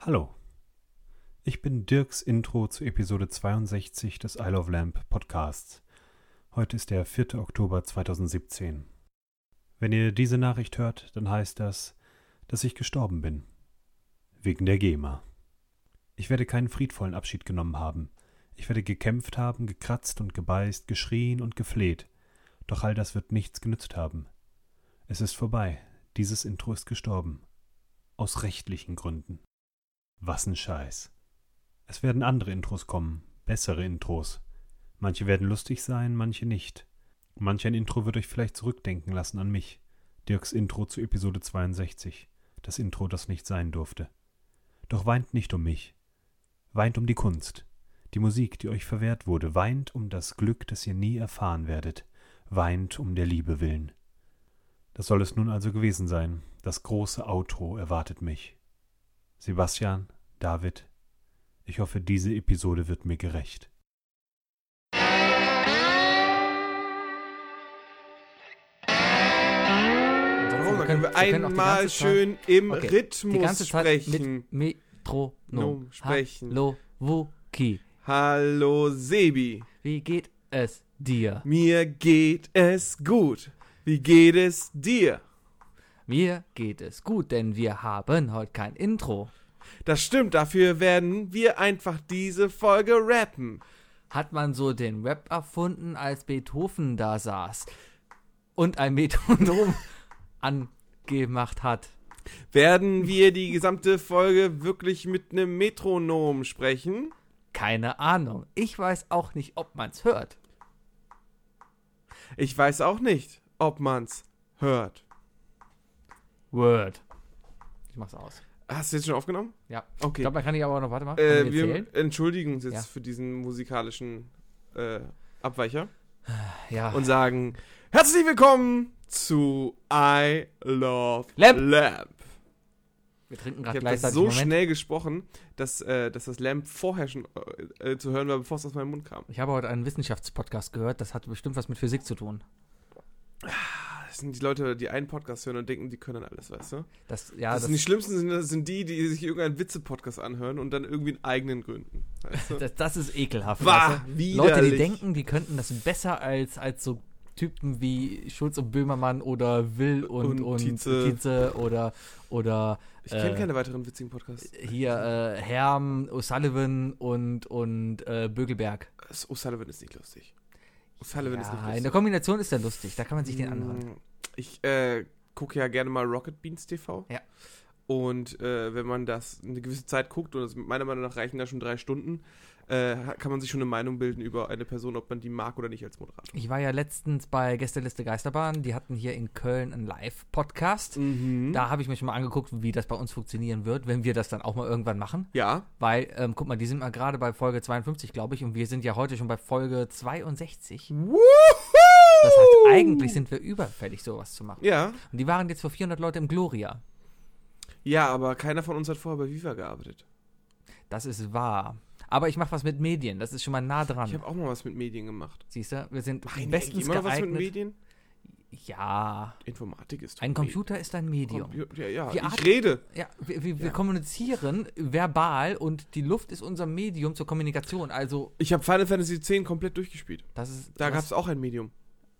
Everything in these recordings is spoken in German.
Hallo. Ich bin Dirks Intro zu Episode 62 des Isle of Lamp Podcasts. Heute ist der 4. Oktober 2017. Wenn ihr diese Nachricht hört, dann heißt das, dass ich gestorben bin. Wegen der GEMA. Ich werde keinen friedvollen Abschied genommen haben. Ich werde gekämpft haben, gekratzt und gebeißt, geschrien und gefleht. Doch all das wird nichts genützt haben. Es ist vorbei. Dieses Intro ist gestorben. Aus rechtlichen Gründen. Was ein Scheiß. Es werden andere Intros kommen, bessere Intros. Manche werden lustig sein, manche nicht. Manch ein Intro wird euch vielleicht zurückdenken lassen an mich. Dirks Intro zu Episode 62. Das Intro, das nicht sein durfte. Doch weint nicht um mich. Weint um die Kunst. Die Musik, die euch verwehrt wurde. Weint um das Glück, das ihr nie erfahren werdet. Weint um der Liebe willen. Das soll es nun also gewesen sein. Das große Outro erwartet mich. Sebastian, David, ich hoffe, diese Episode wird mir gerecht. Also Warum? Wir Dann können- können wir können auch Also, wir die einmal ganze Zeit- schön im Okay, die ganze Rhythmus Zeit sprechen. mit Metronom Nom sprechen. Hallo, Wuki. Hallo Sebi, Wie geht es dir? mir geht es gut. Wie geht es dir? Mir geht es gut, denn wir haben heute kein Intro. Das stimmt, dafür werden wir einfach diese Folge rappen. Hat man so den Rap erfunden, als Beethoven da saß und ein Metronom angemacht hat? Werden wir die gesamte Folge wirklich mit einem Metronom sprechen? Keine Ahnung. Ich weiß auch nicht, ob man's hört. Ich weiß auch nicht, ob man's hört. Word. Ich mach's aus. Hast du jetzt schon aufgenommen? Ja. Ich Okay. glaube, man kann ich aber noch weitermachen. äh, Kann ich erzählen? wir entschuldigen uns jetzt Ja. für diesen musikalischen äh, Abweicher. ja. und äh, sagen herzlich willkommen zu I Love Lamp. Lamp. wir trinken Ich gerade habe das gleichzeitig. so Moment. schnell gesprochen, dass, äh, dass das Lamp vorher schon äh, äh, zu hören war, bevor es aus meinem Mund kam. Ich habe heute einen Wissenschaftspodcast gehört, das hat bestimmt was mit Physik zu tun. Ah, Das sind die Leute, die einen Podcast hören und denken, die können alles, weißt du? Das, ja, das das, sind die Schlimmsten sind, das sind die, die sich irgendeinen Witze-Podcast anhören und dann irgendwie einen eigenen gründen. Weißt du? das, das ist ekelhaft. Wah, weißt du? widerlich. Leute, die denken, die könnten das besser als, als so Typen wie Schulz und Böhmermann oder Will und, Und und, Tietze. Tietze oder, oder Ich kenne äh, keine weiteren witzigen Podcasts. hier äh, Herm, O'Sullivan und, und äh, Bögelberg. Das O'Sullivan ist nicht lustig. O'Sullivan ist Mm. nicht Ja, lustig. in der Kombination ist der lustig, da kann man sich den anhören. Ich äh, gucke ja gerne mal Rocket Beans TV. Ja. Und äh, wenn man das eine gewisse Zeit guckt, und das, meiner Meinung nach reichen da schon drei Stunden, äh, ha- kann man sich schon eine Meinung bilden über eine Person, ob man die mag oder nicht als Moderator. Ich war ja letztens bei Gästeliste Geisterbahn, die hatten hier in Köln einen Live-Podcast. Hm? Da habe ich mir schon mal angeguckt, wie das bei uns funktionieren wird, wenn wir das dann auch mal irgendwann machen. Ja, Weil, ähm, guck mal, die sind mal gerade bei Folge 52, glaube ich, und wir sind ja heute schon bei Folge 62. Hm. Das heißt, eigentlich sind wir überfällig, sowas zu machen. ja. Und die waren jetzt vor 400 Leute im Gloria. Ja, aber keiner von uns hat vorher bei Viva gearbeitet. Das ist wahr. Aber ich mache was mit Medien, das ist schon mal nah dran. Ich habe auch mal was mit Medien gemacht. Siehst du, wir sind Nein, bestens immer noch was mit geeignet. Medien? Ja, Informatik ist ein doch Computer ist ein Medium. Medi- Ja, ja, Die ich Art- rede. Ja, wir, wir, wir Ja. kommunizieren verbal und die Luft ist unser Medium zur Kommunikation. Also, Ich habe Final Fantasy X komplett durchgespielt. das ist. Da was- gab es auch ein Medium.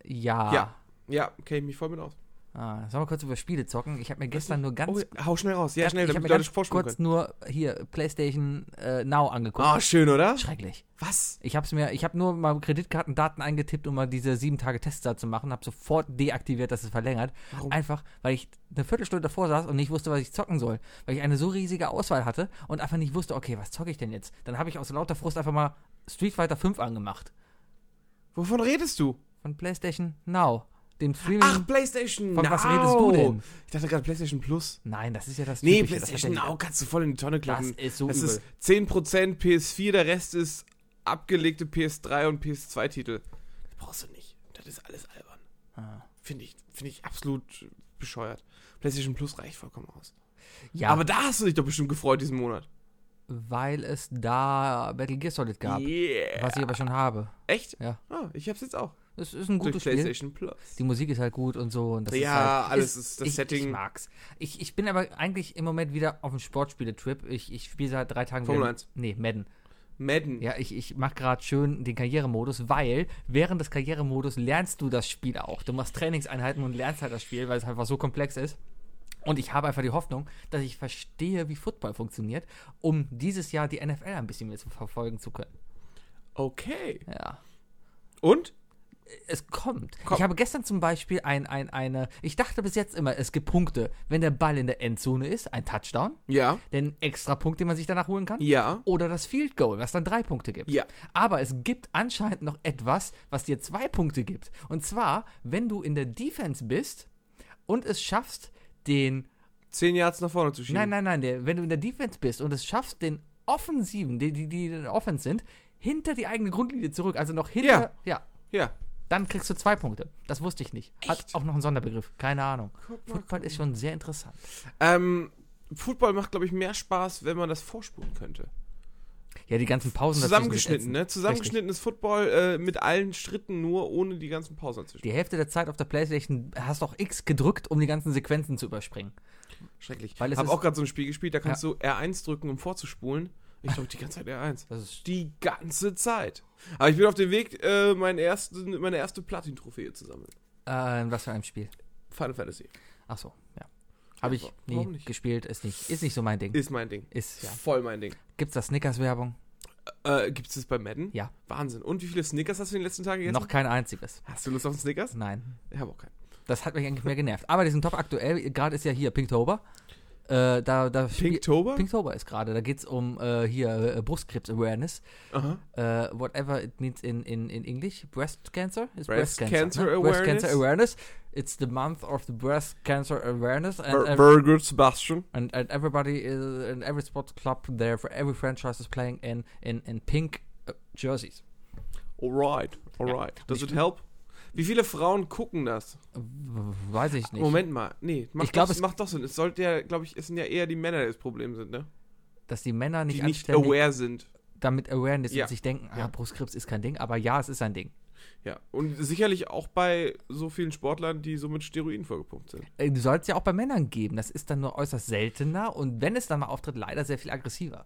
Ja. Ja. Ja, kenne ich mich voll mit aus. Ah, sollen wir kurz über Spiele zocken? Ich habe mir gestern nur ganz. Oh, ja, hau schnell raus. Ja, ganz- schnell, ich hab damit mir die Leute ganz vorspulen kurz können. nur hier PlayStation äh, Now angeguckt. Ah, schön, oder? Schrecklich. Was? Ich hab's mir, ich habe nur mal Kreditkartendaten eingetippt, um mal diese sieben Tage Testzeit zu machen, habe sofort deaktiviert, dass es verlängert. Warum? Einfach, weil ich eine Viertelstunde davor saß und nicht wusste, was ich zocken soll, weil ich eine so riesige Auswahl hatte und einfach nicht wusste, okay, was zocke ich denn jetzt? Dann habe ich aus lauter Frust einfach mal Street Fighter 5 angemacht Wovon redest du? von PlayStation Now, den Streaming. Ach, PlayStation Von Now. was redest du denn? Ich dachte gerade PlayStation Plus. Nein, das ist ja das Nee, Typische, das hat PlayStation ja jeder. Now kannst du voll in die Tonne Das klappen. ist so Das übel. ist 10% PS4, der Rest ist abgelegte PS3 und PS2-Titel. Das brauchst du nicht. Das ist alles albern. Ah. Finde ich, finde ich absolut bescheuert. PlayStation Plus reicht vollkommen aus. ja, Aber da hast du dich doch bestimmt gefreut diesen Monat. weil es da Battle Gear Solid gab, Yeah. was ich aber schon habe. Echt? Ja. Ah, ich hab's jetzt auch. Es ist ein Durch gutes Spiel. PlayStation Plus. Die Musik ist halt gut und so. Und das ist halt, ja, alles ist, ich, das Ich Setting. mag's. Ich, ich bin aber eigentlich im Moment wieder auf dem Sportspiele-Trip. Ich, ich spiele seit drei Tagen Formel wieder. 1. Nee, Madden. Madden. Ja, ich, ich mache gerade schön den Karrieremodus, weil während des Karrieremodus lernst du das Spiel auch. Du machst Trainingseinheiten und lernst halt das Spiel, weil es einfach so komplex ist. Und ich habe einfach die Hoffnung, dass ich verstehe, wie Football funktioniert, um dieses Jahr die NFL ein bisschen mehr zu verfolgen zu können. Okay. Ja. Und? Es kommt. Komm. Ich habe gestern zum Beispiel ein, ein, eine. Ich dachte bis jetzt immer, es gibt Punkte, wenn der Ball in der Endzone ist, ein Touchdown, Ja. den extra Punkt, den man sich danach holen kann. Ja. Oder das Field Goal, was dann drei Punkte gibt. Ja. Aber es gibt anscheinend noch etwas, was dir zwei Punkte gibt. Und zwar, wenn du in der Defense bist und es schaffst, Hm. den. Zehn Yards nach vorne zu schieben. Nein, nein, nein, der, wenn du in der Defense bist und es schaffst, den Offensiven, die, die, die in der Offense sind, hinter die eigene Grundlinie zurück. Also noch hinter. Ja. Ja. Dann kriegst du zwei Punkte. Das wusste ich nicht. Hat auch noch einen Sonderbegriff. Keine Ahnung. Football ist schon sehr interessant. Ähm, Football macht, glaube ich, mehr Spaß, wenn man das vorspulen könnte. Ja, die ganzen Pausen dazwischen sind Zusammengeschnitten, ätzend. ne? Zusammengeschnittenes Football äh, mit allen Schritten nur, ohne die ganzen Pausen dazwischen. Die Hälfte der Zeit auf der Playstation hast du auch X gedrückt, um die ganzen Sequenzen zu überspringen. Schrecklich. Weil es Ich habe ist- auch gerade so ein Spiel gespielt, da kannst du R1 drücken, um vorzuspulen. Ich drücke die ganze Zeit R1. Das ist Die ganze Zeit. Aber ich bin auf dem Weg, äh, meinen ersten, meine erste Platin-Trophäe zu sammeln. Äh, in was für einem Spiel? Final Fantasy. Ach so, ja. Habe wa- ich nie warum nicht? gespielt, ist nicht, ist nicht so mein Ding. Ist mein Ding. Ist, ja. Voll mein Ding. Gibt's da Snickers-Werbung? Äh, Gibt es das bei Madden? Ja. Wahnsinn. Und wie viele Snickers hast du in den letzten Tagen jetzt? Noch kein einziges. Hast du Lust auf einen Snickers? Nein. Ich habe auch keinen. Das hat mich eigentlich mehr genervt. Aber die sind top aktuell. Gerade ist ja hier Pinktober. Äh, da, da spiel- Pinktober? Pinktober ist gerade. Da geht's um äh, hier äh, Brustkrebs-Awareness. Aha. äh, whatever it means in, in, in English. Breast cancer? It's Breast cancer Breast cancer awareness. awareness. It's the month of the breast cancer awareness. And, Ver- ev- Very good, Sebastian. and, and everybody is, and every sports club there for every franchise is playing in, in, in pink äh, jerseys. Alright, alright. Does it help? Wie viele Frauen gucken das? W- Weiß ich nicht. Moment mal, nee, macht, Ich glaub, doch, es- macht doch Sinn. Es sollte ja, glaube ich, es sind ja eher die Männer, die das Problem sind, ne? Dass die Männer nicht die nicht anständig aware sind. damit Awareness Ja. und sich denken, ah, Ja. Brustkrebs ist kein Ding, aber ja, es ist ein Ding. Ja. Und sicherlich auch bei so vielen Sportlern, die so mit Steroiden vorgepumpt sind. Äh, Du sollst ja auch bei Männern geben. Das ist dann nur äußerst seltener und wenn es dann mal auftritt, leider sehr viel aggressiver.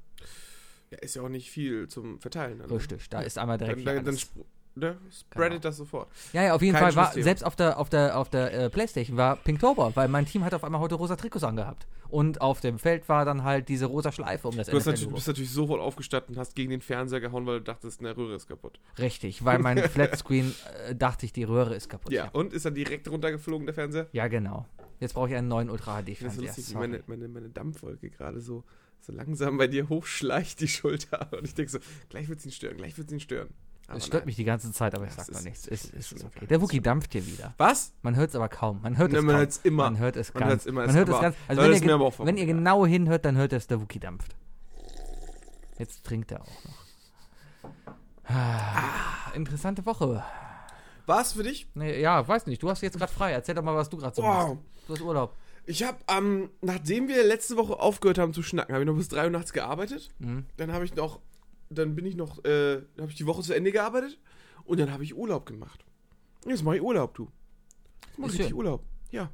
Ja, ist ja auch nicht viel zum Verteilen. Dann, ne? Richtig, da ist einmal direkt. dann, hier dann, dann alles. Genau. spr- ne? spreadet das sofort. Ja, ja, auf jeden Kein Fall war Schlussthema. selbst auf der auf der auf der äh, Playstation war Pinktober, weil mein Team hat auf einmal heute rosa Trikots angehabt und auf dem Feld war dann halt diese rosa Schleife um das Du hast NFL natürlich, -Logo. bist natürlich sofort aufgestanden und hast gegen den Fernseher gehauen, weil du dachtest, eine Röhre ist kaputt. Richtig, weil mein Flatscreen äh, dachte ich, die Röhre ist kaputt. Ja. Und ist dann direkt runtergeflogen, der Fernseher? ja genau. Jetzt brauche ich einen neuen Ultra HD Das ist so Fernseher. lustig, wie sorry. meine, meine, meine Dampfwolke gerade so, so langsam bei dir hochschleicht die Schulter. Und ich denke so, gleich wird ihn stören, gleich wird ihn stören. Aber Es stört nein. mich die ganze Zeit, aber ich Ja, sag es noch ist- nichts. Es, es ist es schon ist so okay. geil. Der Wookie dampft hier wieder. Was? Man hört es aber kaum. Man hört Ne, es man kaum. hört's immer. Man hört es Man ganz. hört's immer, Man das hört ist es mir ganz. aber- Also aber wenn das ihr, ist mir gen- aber auch wenn ihr verboten, genau hinhört, dann hört ihr, dass der Wookie dampft. Jetzt trinkt er auch noch. Ah, interessante Woche. War es für dich? Nee, ja, weiß nicht. Du hast jetzt gerade frei. Erzähl doch mal, was du gerade so Wow. machst. Du hast Urlaub. Ich habe am, nachdem wir letzte Woche aufgehört haben zu schnacken, habe ich noch bis 3 Uhr nachts gearbeitet. Mhm. Dann habe ich noch, dann bin ich noch, äh, dann habe ich die Woche zu Ende gearbeitet. Und dann habe ich Urlaub gemacht. Jetzt mache ich Urlaub, du. Jetzt mache Ist ich richtig schön. Urlaub. Ja.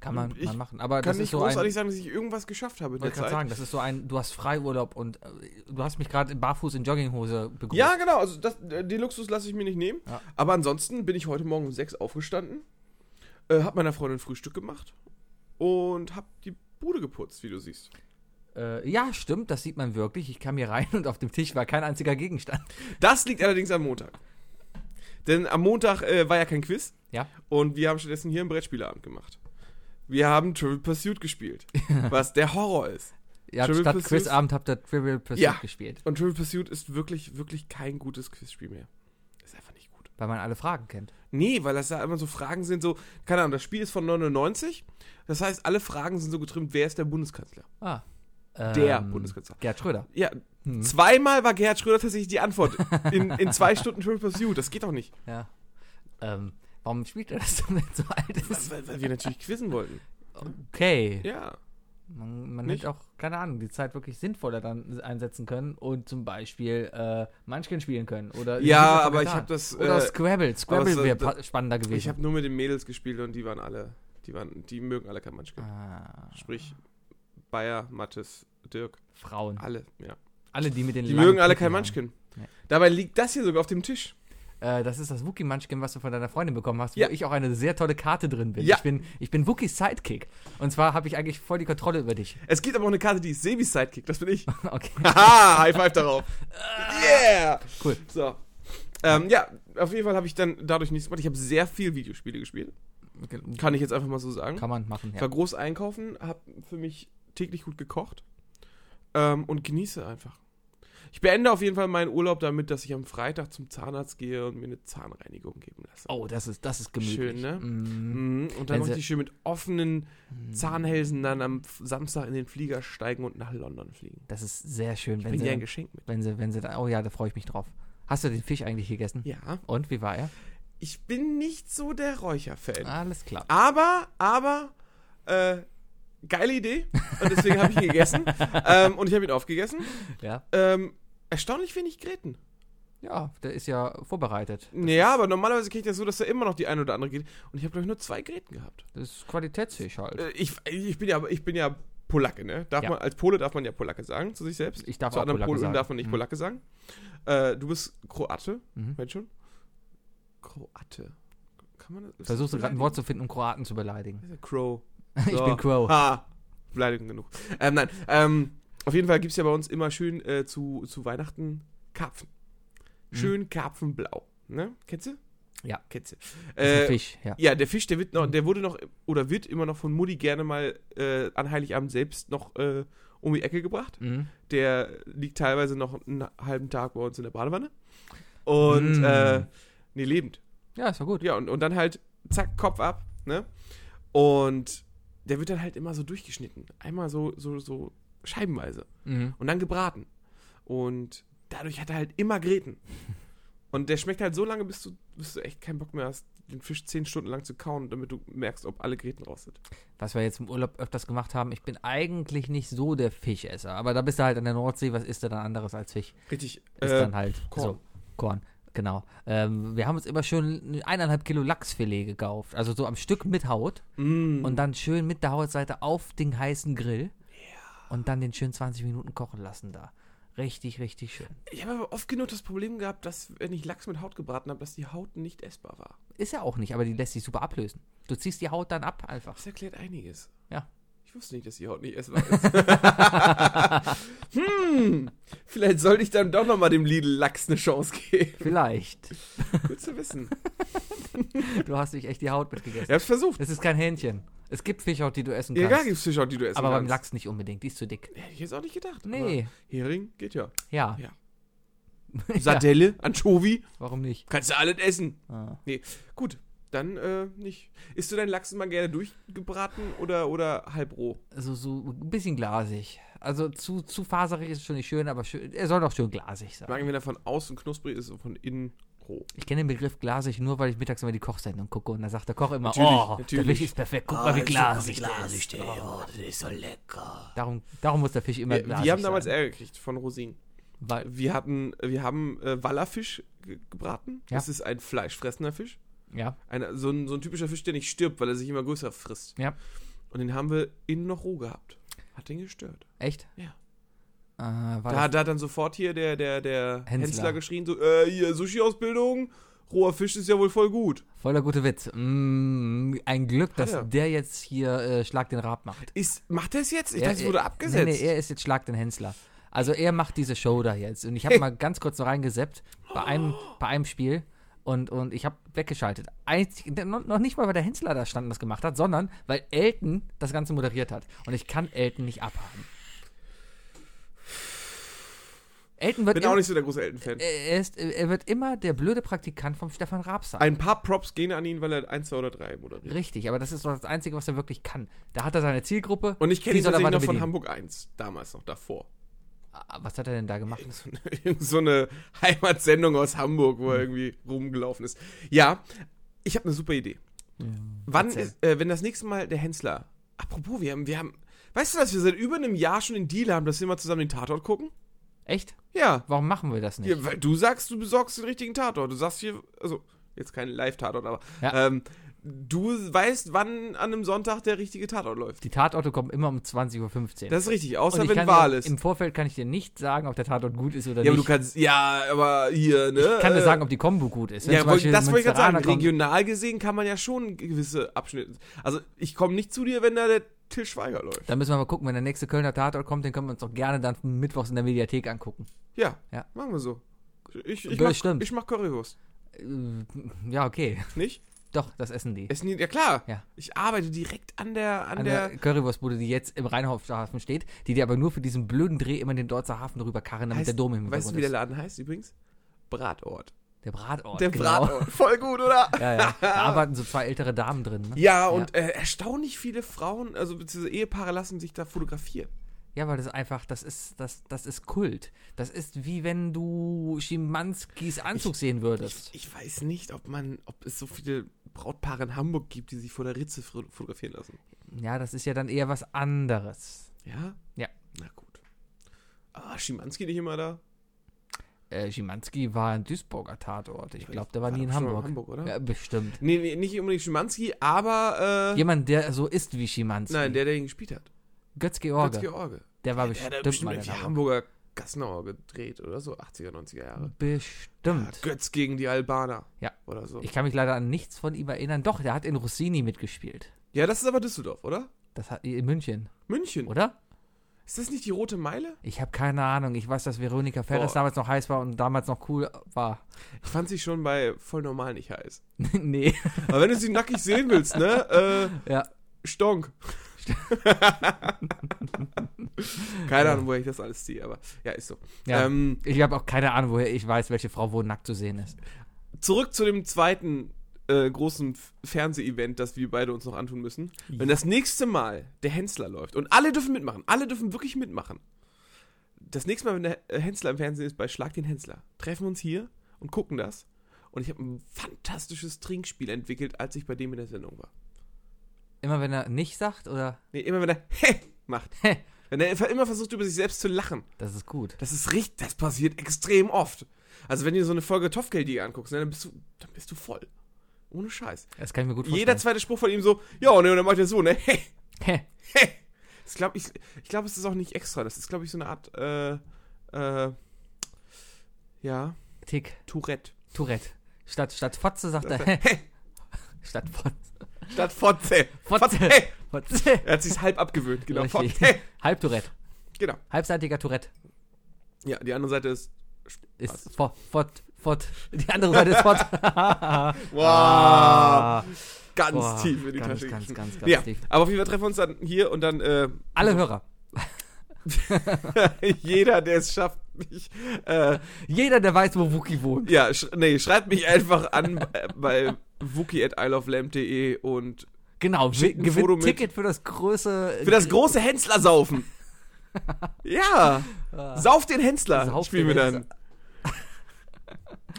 Kann man, Ich man machen. Aber Kann das nicht ist so ein. großartig sagen, dass ich irgendwas geschafft habe in der wollte gerade Zeit. sagen, das ist so ein. Du hast Freiurlaub und äh, du hast mich gerade barfuß in Jogginghose begrüßt. Ja, genau. Also das, äh, den Luxus lasse ich mir nicht nehmen. Ja. Aber ansonsten bin ich heute Morgen um sechs aufgestanden, äh, hab meiner Freundin Frühstück gemacht und hab die Bude geputzt, wie du siehst. Äh, ja, stimmt. Das sieht man wirklich. Ich kam hier rein und auf dem Tisch war kein einziger Gegenstand. Das liegt allerdings am Montag. Denn am Montag äh, war ja kein Quiz. Ja. Und wir haben stattdessen hier einen Brettspieleabend gemacht. Wir haben Trivial Pursuit gespielt, was der Horror ist. Ja, Trivial statt Pursuit? Quizabend habt ihr Trivial Pursuit Ja. gespielt, Und Trivial Pursuit ist wirklich, wirklich kein gutes Quizspiel mehr. Ist einfach nicht gut. weil man alle Fragen kennt. Nee, weil das da immer so Fragen sind, so, keine Ahnung, das Spiel ist von 99. Das heißt, alle Fragen sind so getrimmt, wer ist der Bundeskanzler? Ah. Der Bundeskanzler. Gerd Schröder. Ja, Hm. zweimal war Gerhard Schröder tatsächlich die Antwort. In, in zwei Stunden Triple Pursuit, das geht doch nicht. Ja. Ähm, warum spielt er das denn, wenn er so alt ist? Weil, weil wir natürlich quizzen wollten. Okay. Ja. Man, man Nicht? hätte auch, keine Ahnung, die Zeit wirklich sinnvoller dann einsetzen können und zum Beispiel äh, Munchkin spielen können. Oder Ja, Super aber ich Catan. habe das. Oder Äh, Scrabble. Scrabble so- wäre da- pa- spannender gewesen. ich habe nur mit den Mädels gespielt und die waren alle. Die, waren, die mögen alle kein Munchkin. ah, Sprich, Bayer, Mattes, Dirk. Frauen. Alle, ja. Alle, die mit den Die langen mögen alle Titten kein haben. Munchkin. Nee. Dabei liegt das hier sogar auf dem Tisch. Äh, das ist das Wookie-Munchkin, was du von deiner Freundin bekommen hast, Ja. wo ich auch eine sehr tolle Karte drin bin. Ja. Ich bin, ich bin Wookies Sidekick. Und zwar habe ich eigentlich voll die Kontrolle über dich. Es gibt aber auch eine Karte, die ist Sebis Sidekick, das bin ich. okay. Haha, High Five darauf. Yeah! Ah. Cool. So. Ähm, ja, auf jeden Fall habe ich dann dadurch nichts gemacht. Ich habe sehr viel Videospiele gespielt. Kann ich jetzt einfach mal so sagen. Kann man machen, Ich ja. war groß einkaufen, habe für mich täglich gut gekocht ähm, und genieße einfach. Ich beende auf jeden Fall meinen Urlaub damit, dass ich am Freitag zum Zahnarzt gehe und mir eine Zahnreinigung geben lasse. Oh, das ist, das ist gemütlich. Schön, ne? Mm. Mhm. Und Wenn dann möchte sie- Hm. ich schön mit offenen Zahnhälsen dann am F- Samstag in den Flieger steigen und nach London fliegen. Das ist sehr schön, wenn Bring dir ein sie, Geschenk mit. wenn sie, wenn sie da, oh ja, da freue ich mich drauf. Hast du den Fisch eigentlich gegessen? Ja. Und wie war er? Ich bin nicht so der Räucherfan. Alles klar. Aber, aber, äh, geile Idee. Und deswegen habe ich ihn gegessen. Ähm, und ich habe ihn aufgegessen. Ja, Ähm, erstaunlich wenig Gräten. ja, der ist ja vorbereitet. Naja, aber normalerweise kriege ich das so, dass da immer noch die eine oder andere geht. Und ich habe, glaube ich, nur zwei Gräten gehabt. Das ist Qualitätsfisch halt. Äh, ich, ich, bin ja, ich bin ja Polacke, ne? Darf Ja. Man, als Pole darf man ja Polacke sagen zu sich selbst. Ich darf zu auch anderen Polacke Polen sagen. darf man nicht Mhm. Polacke sagen. Äh, du bist Kroate, Mhm. meinst schon? Kroate. Kann man das? ist Versuchst du das gerade ein Wort zu finden, um Kroaten zu beleidigen. beleidigend? Crow. Ich So. Ah, bin Crow. Ha! Beleidigung genug. Ähm, nein, ähm, auf jeden Fall gibt es ja bei uns immer schön äh, zu, zu Weihnachten Karpfen. Mhm. Schön Karpfenblau. Ne? Kennst du? Ja. Kennst du? Das ist ein Äh, Fisch, Mhm. ja. ja, der Fisch, der wird noch, der wurde noch oder wird immer noch von Mutti gerne mal äh, an Heiligabend selbst noch äh, um die Ecke gebracht. Mhm. Der liegt teilweise noch einen halben Tag bei uns in der Badewanne. Und Mm. äh, nee, lebend. Ja, ist doch gut. Ja, und, und dann halt, zack, Kopf ab, ne? Und der wird dann halt immer so durchgeschnitten. Einmal so, so, so scheibenweise. Mhm. Und dann gebraten. Und dadurch hat er halt immer Gräten. Und der schmeckt halt so lange, bis du, bis du echt keinen Bock mehr hast, den Fisch zehn Stunden lang zu kauen, damit du merkst, ob alle Gräten raus sind. Was wir jetzt im Urlaub öfters gemacht haben, ich bin eigentlich nicht so der Fischesser. Aber da bist du halt an der Nordsee, was isst du dann anderes als Fisch? Richtig. Ist äh, dann halt Korn. So, Korn. Genau. Ähm, wir haben uns immer schön eineinhalb Kilo Lachsfilet gekauft. Also so am Stück mit Haut. mm. Und dann schön mit der Hautseite auf den heißen Grill. Und dann den schön 20 Minuten kochen lassen da. Richtig, richtig schön. ich habe aber oft genug das Problem gehabt, dass, wenn ich Lachs mit Haut gebraten habe, dass die Haut nicht essbar war. Ist ja auch nicht, aber die lässt sich super ablösen. Du ziehst die Haut dann ab einfach. Das erklärt einiges. Ja. Ich wusste nicht, dass die Haut nicht essbar ist. hm, vielleicht sollte ich dann doch nochmal dem Lidl Lachs eine Chance geben. Vielleicht. Gut zu wissen. Du hast dich echt die Haut mitgegessen. Ich hab's versucht. Es ist kein Hähnchen. Es gibt Fischhaut, die du essen kannst. Egal, gibt's Fischhaut, die du essen aber beim kannst. Lachs nicht unbedingt, die ist zu dick. Hätte ich jetzt auch nicht gedacht. Nee, aber Hering geht ja. ja. Ja. Ja, Sardelle, Anchovy, warum nicht? kannst du alles essen. Ah. Gut, dann äh, nicht. Isst du deinen Lachs immer gerne durchgebraten oder, oder halb roh? Also so ein bisschen glasig. Also zu, zu faserig ist schon nicht schön, aber schön, er soll doch schön glasig Ich sein. mag ihn, wenn er von außen knusprig ist und von innen roh. Ich kenne den Begriff glasig nur, weil ich mittags immer die Kochsendung gucke und da sagt der Koch immer, Natürlich, oh, der natürlich. Fisch ist perfekt, guck mal, Ah, wie glasig der ist. Oh, das ist so lecker. Darum, darum muss der Fisch immer Wir, glasig wir haben damals sein. Ärger gekriegt von Rosinen. Weil, Wir hatten, wir haben äh, Wallerfisch ge- gebraten. Ja. Das ist ein fleischfressender Fisch. ja, Ein, so, ein, so ein typischer Fisch, der nicht stirbt, weil er sich immer größer frisst. Ja. Und den haben wir innen noch roh gehabt. Hat den gestört. echt? Ja. Äh, war Da, das, da hat dann sofort hier der, der, der Hensler. Hensler. geschrien, so, äh, hier, Sushi-Ausbildung, roher Fisch ist ja wohl voll gut. voller gute Witz. Mm, ein Glück, dass er. der jetzt hier äh, Schlag den Rab macht. Ist, macht das jetzt? Ich Er- dachte, es wurde er- abgesetzt. äh, Nee, nee, er ist jetzt Schlag den Hensler. Also er macht diese Show da jetzt. Und ich habe mal ganz kurz noch reingeseppt bei einem, bei einem Spiel. Und, und ich habe weggeschaltet. Einzig, no- noch nicht mal, weil der Hensler da stand und das gemacht hat, sondern weil Elton das Ganze moderiert hat. Und ich kann Elton nicht abhaben. Elton wird, Bin im, auch nicht so der große Elton-Fan. äh, er ist, er wird immer der blöde Praktikant vom Stefan Raab sein. Ein paar Props gehen an ihn, weil er 1, 2 oder 3 moderiert. Richtig, aber das ist doch das Einzige, was er wirklich kann. Da hat er seine Zielgruppe. Und ich kenne die ihn soll er tatsächlich weiter noch von bedienen. Hamburg 1, damals noch davor. Ah, Was hat er denn da gemacht? Irgend so eine Heimatsendung aus Hamburg, wo er irgendwie rumgelaufen ist. Ja, ich habe eine super Idee. Wann erzähl. ist, äh, wenn das nächste Mal der Hensler. Apropos, wir haben, wir haben, Weißt du, dass wir seit über einem Jahr schon den Deal haben, dass wir mal zusammen den Tatort gucken? Echt? Ja. Warum machen wir das nicht? ja weil du sagst, du besorgst den richtigen Tatort. Du sagst hier, also, jetzt kein Live-Tatort, aber Ja. ähm, du weißt, wann an einem Sonntag der richtige Tatort läuft. Die Tatorte kommen immer um 20.15 Uhr. Das ist richtig, Und außer ich wenn kann Wahl dir- ist. Im Vorfeld kann ich dir nicht sagen, ob der Tatort gut ist oder Ja, aber du nicht. kannst, ja, aber hier, ne? ich kann dir äh, sagen, ob die Kombo gut ist. Wenn ja, zum wollte- Beispiel das wollte ich gerade sagen. Münsteraner kommt- Regional gesehen kann man ja schon gewisse Abschnitte. Also ich komme nicht zu dir, wenn da der Till Schweiger läuft. Dann müssen wir mal gucken, wenn der nächste Kölner Tatort kommt, den können wir uns doch gerne dann mittwochs in der Mediathek angucken. Ja, Ja. machen wir so. Ich, ich, mach, Bestimmt. ich mach Currywurst. Äh, Ja, okay. Nicht? Doch, das essen die. Essen die, ja klar. Ja. Ich arbeite direkt an der, an, An der, der Currywurstbude, die jetzt im Rheinhafen steht, die dir aber nur für diesen blöden Dreh immer in den Deutzer Hafen drüber karren, damit Heißt- der Dom im weißt du, Hintergrund wie der ist. Laden heißt übrigens? Bratort. Der Bratort. der genau. Bratort. Voll gut, oder? Ja, ja. Da arbeiten so zwei ältere Damen drin. Ne? Ja, und Äh, erstaunlich viele Frauen, also beziehungsweise Ehepaare lassen sich da fotografieren. Ja, weil das einfach, das ist, das, das ist Kult. Das ist wie wenn du Schimanskis Anzug sehen würdest. Ich, ich weiß nicht, ob man, ob es so viele Brautpaare in Hamburg gibt, die sich vor der Ritze fro- fotografieren lassen. ja, das ist ja dann eher was anderes. Ja? Ja. Na gut. Aber Schimanski nicht immer da? Äh, Schimanski war ein Duisburger Tatort. Ich glaube, der war, War nie in doch schon mal in Hamburg. Hamburg, oder? Ja, bestimmt. Nee, nee nicht unbedingt Schimanski, aber. Äh, Jemand, der so ist wie Schimanski. Nein, der, der ihn gespielt hat. Götz-George. Götz George. der war Der bestimmt, hat ja bestimmt mal irgendwie in Hamburg. Hamburger Gassenauer gedreht oder so, 80er, 90er Jahre. Ah, Bestimmt. Götz gegen die Albaner. Ja. Oder so. Ich kann mich leider an nichts von ihm erinnern. Doch, der hat in Rossini mitgespielt. ja, das ist aber Düsseldorf, oder? Das hat in München, München. oder? Ist das nicht die Rote Meile? Ich habe keine Ahnung. Ich weiß, dass Veronika Ferres Boah. damals noch heiß war und damals noch cool war. Ich fand sie schon bei voll normal nicht heiß. nee. Aber wenn du sie nackig sehen willst, ne? Äh, Ja. Stonk. Keine Ahnung, woher ich das alles ziehe, aber ja, ist so. ja. Ähm, ich habe auch keine Ahnung, woher ich weiß, welche Frau wo nackt zu sehen ist. zurück zu dem zweiten äh, großen F- Fernseh-Event, das wir beide uns noch antun müssen. Wenn das nächste Mal der Hensler läuft und alle dürfen mitmachen, alle dürfen wirklich mitmachen. Das nächste Mal, wenn der äh, Hensler im Fernsehen ist, bei Schlag den Hensler, treffen wir uns hier und gucken das. Und ich habe ein fantastisches Trinkspiel entwickelt, als ich bei dem in der Sendung war. Immer wenn er nicht sagt oder Nee, immer wenn er Hä macht. Hä. Wenn er ver- immer versucht, über sich selbst zu lachen. das ist gut. Das ist richtig, das passiert extrem oft. Also wenn du dir so eine Folge Topfgeldjäger anguckst, ne, dann bist du, dann bist du voll. Ohne Scheiß. Das kann ich mir gut Jeder zweite Spruch von ihm so, ja, ne, und dann macht er so, ne? Hä, Hä? hä. Das glaub ich ich glaube, es ist auch nicht extra. Das ist, glaube ich, so eine Art, äh, äh, ja, Tick, Tourette. Tourette. Statt, statt Fotze sagt er, Sagt hä? er, hä. Statt Fotze. Statt Fotze. Fotze. Fotze. Fotze. Er hat sich halb abgewöhnt, genau. Richtig. Fotze. Halb Tourette. Genau. Halbseitiger Tourette. Ja, die andere Seite ist, Ist fort, fort, fort. Die andere Seite ist fort. wow, Ah. ganz Boah, tief in die ganz, Tasche. ganz, gegriffen. ganz, ganz ja, tief. aber auf jeden Fall treffen wir uns dann hier und dann, äh, Alle Hörer. jeder, der es schafft, mich, äh, Jeder, der weiß, wo Wookie wohnt. Ja, sch nee, schreibt mich einfach an äh, bei wookie at isleoflamp.de und Genau, Schickt ein gewinnt Foto mit. Ticket für das große. für das große Hensler saufen. Ja, Ah. sauf den Hensler Sauf spielen den wir dann.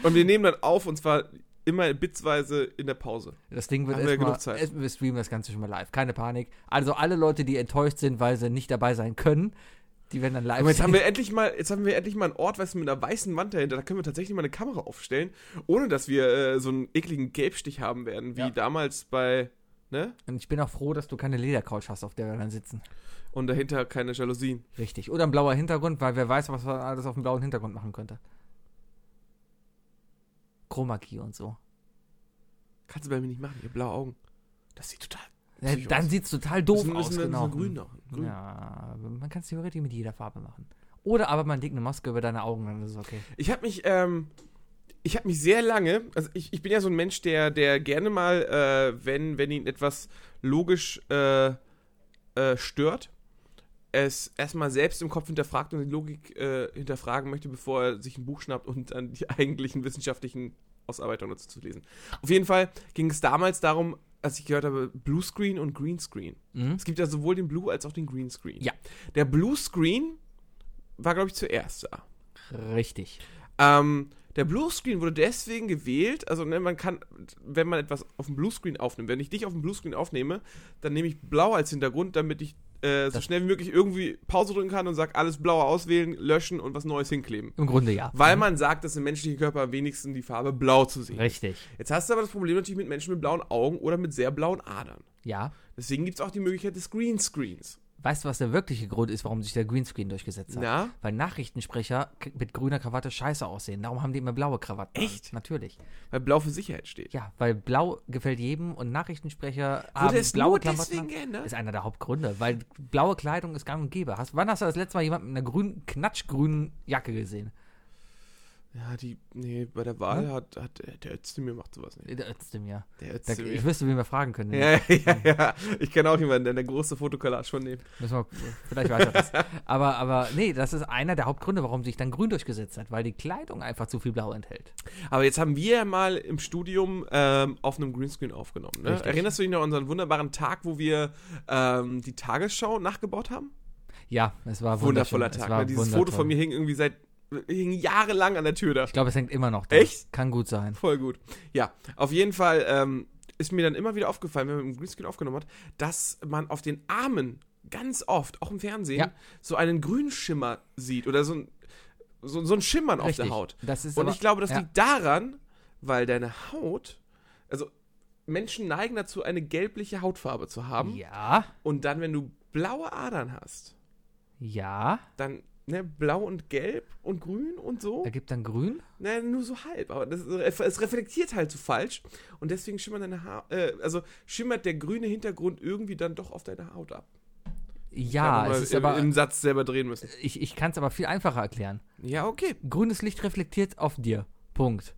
Und wir nehmen dann auf und zwar immer bitsweise in der Pause. Das Ding wird Haben wir ja genug erstmal, Zeit. erst, wir streamen das Ganze schon mal live, keine Panik. Also alle Leute, die enttäuscht sind, weil sie nicht dabei sein können, die werden dann live Aber jetzt haben sehen. wir endlich mal, jetzt haben wir endlich mal einen Ort, weißt du, mit einer weißen Wand dahinter, da können wir tatsächlich mal eine Kamera aufstellen, ohne dass wir äh, so einen ekligen Gelbstich haben werden, wie Ja. damals bei, ne? Und ich bin auch froh, dass du keine Ledercouch hast, auf der wir dann sitzen. Und dahinter keine Jalousien. Richtig. Oder ein blauer Hintergrund, weil wer weiß, was man alles auf dem blauen Hintergrund machen könnte. Chroma Key und so. Kannst du bei mir nicht machen, ihr blaue Augen. Das sieht total Ja, Psychos. dann sieht's total doof müssen, aus, müssen wir genau. müssen wir grün noch. Grün. Ja, man kann es theoretisch mit jeder Farbe machen. Oder aber man legt eine Maske über deine Augen, dann ist es okay. Ich habe mich, ähm, ich habe mich sehr lange, also ich, ich bin ja so ein Mensch, der, der gerne mal, äh, wenn, wenn ihn etwas logisch äh, äh, stört, es erstmal selbst im Kopf hinterfragt und die Logik äh, hinterfragen möchte, bevor er sich ein Buch schnappt und dann die eigentlichen wissenschaftlichen Ausarbeitungen dazu zu lesen. Auf jeden Fall ging es damals darum, als ich gehört habe, Blue Screen und Green Screen. Mhm. Es gibt ja sowohl den Blue als auch den Green Screen. Ja. Der Blue Screen war, glaube ich, zuerst da. Richtig. Ähm, der Bluescreen wurde deswegen gewählt, also ne, man kann, wenn man etwas auf dem Bluescreen aufnimmt, wenn ich dich auf dem Bluescreen aufnehme, dann nehme ich blau als Hintergrund, damit ich äh, so Das- schnell wie möglich irgendwie Pause drücken kann und sagt, alles blaue auswählen, löschen und was Neues hinkleben. Im Grunde ja. Weil man sagt, dass im menschlichen Körper am wenigsten die Farbe blau zu sehen ist. Richtig. Jetzt hast du aber das Problem natürlich mit Menschen mit blauen Augen oder mit sehr blauen Adern. Ja. Deswegen gibt es auch die Möglichkeit des Greenscreens. Weißt du, was der wirkliche Grund ist, warum sich der Greenscreen durchgesetzt hat? Na? Weil Nachrichtensprecher k- mit grüner Krawatte scheiße aussehen. Darum haben die immer blaue Krawatten. Echt? Natürlich. Weil blau für Sicherheit steht. Ja, weil blau gefällt jedem und Nachrichtensprecher Wurde haben es blaue nur Krawatten. deswegen an. geändert? Ist einer der Hauptgründe, weil blaue Kleidung ist gang und gäbe. Hast, wann hast du das letzte Mal jemanden mit einer grünen, knatschgrünen Jacke gesehen? Ja, die, nee, bei der Wahl hat, hat äh, der Özdemir macht sowas nicht. Der Özdemir. Der Da, ich wüsste, wen wir fragen können. Ja, ja, ja. Ich kenne auch jemanden, der eine große Fotokollage von dem. Müssen wir, vielleicht weiß er das. Aber, aber nee, das ist einer der Hauptgründe, warum sich dann grün durchgesetzt hat, weil die Kleidung einfach zu viel blau enthält. Aber jetzt haben wir ja mal im Studium ähm, auf einem Greenscreen aufgenommen. Ne? Richtig. Erinnerst du dich noch an unseren wunderbaren Tag, wo wir ähm, die Tagesschau nachgebaut haben? Ja, es war wunderschön. Wundervoller Es Tag. war Ne? Dieses wundervoll. Foto von mir hing irgendwie seit hing jahrelang an der Tür da. Ich glaube, es hängt immer noch da. Echt? Kann gut sein. Voll gut. Ja, auf jeden Fall ähm, ist mir dann immer wieder aufgefallen, wenn man im Greenscreen aufgenommen hat, dass man auf den Armen ganz oft, auch im Fernsehen, Ja. so einen grünen Schimmer sieht oder so ein, so, so ein Schimmern auf Richtig. der Haut. Das ist Und aber, ich glaube, das ja. liegt daran, weil deine Haut, also Menschen neigen dazu, eine gelbliche Hautfarbe zu haben. Ja, Und dann, wenn du blaue Adern hast, ja. dann ne, blau und gelb und grün und so. Ergibt dann grün. Naja, nur so halb, aber das, ist- es reflektiert halt so falsch und deswegen schimmert deine Haar, äh, also schimmert der grüne Hintergrund irgendwie dann doch auf deine Haut ab. Ja, Hab es mal ist im, aber. im Satz selber drehen müssen. Ich, ich kann es aber viel einfacher erklären. Ja, okay. Grünes Licht reflektiert auf dir. Punkt.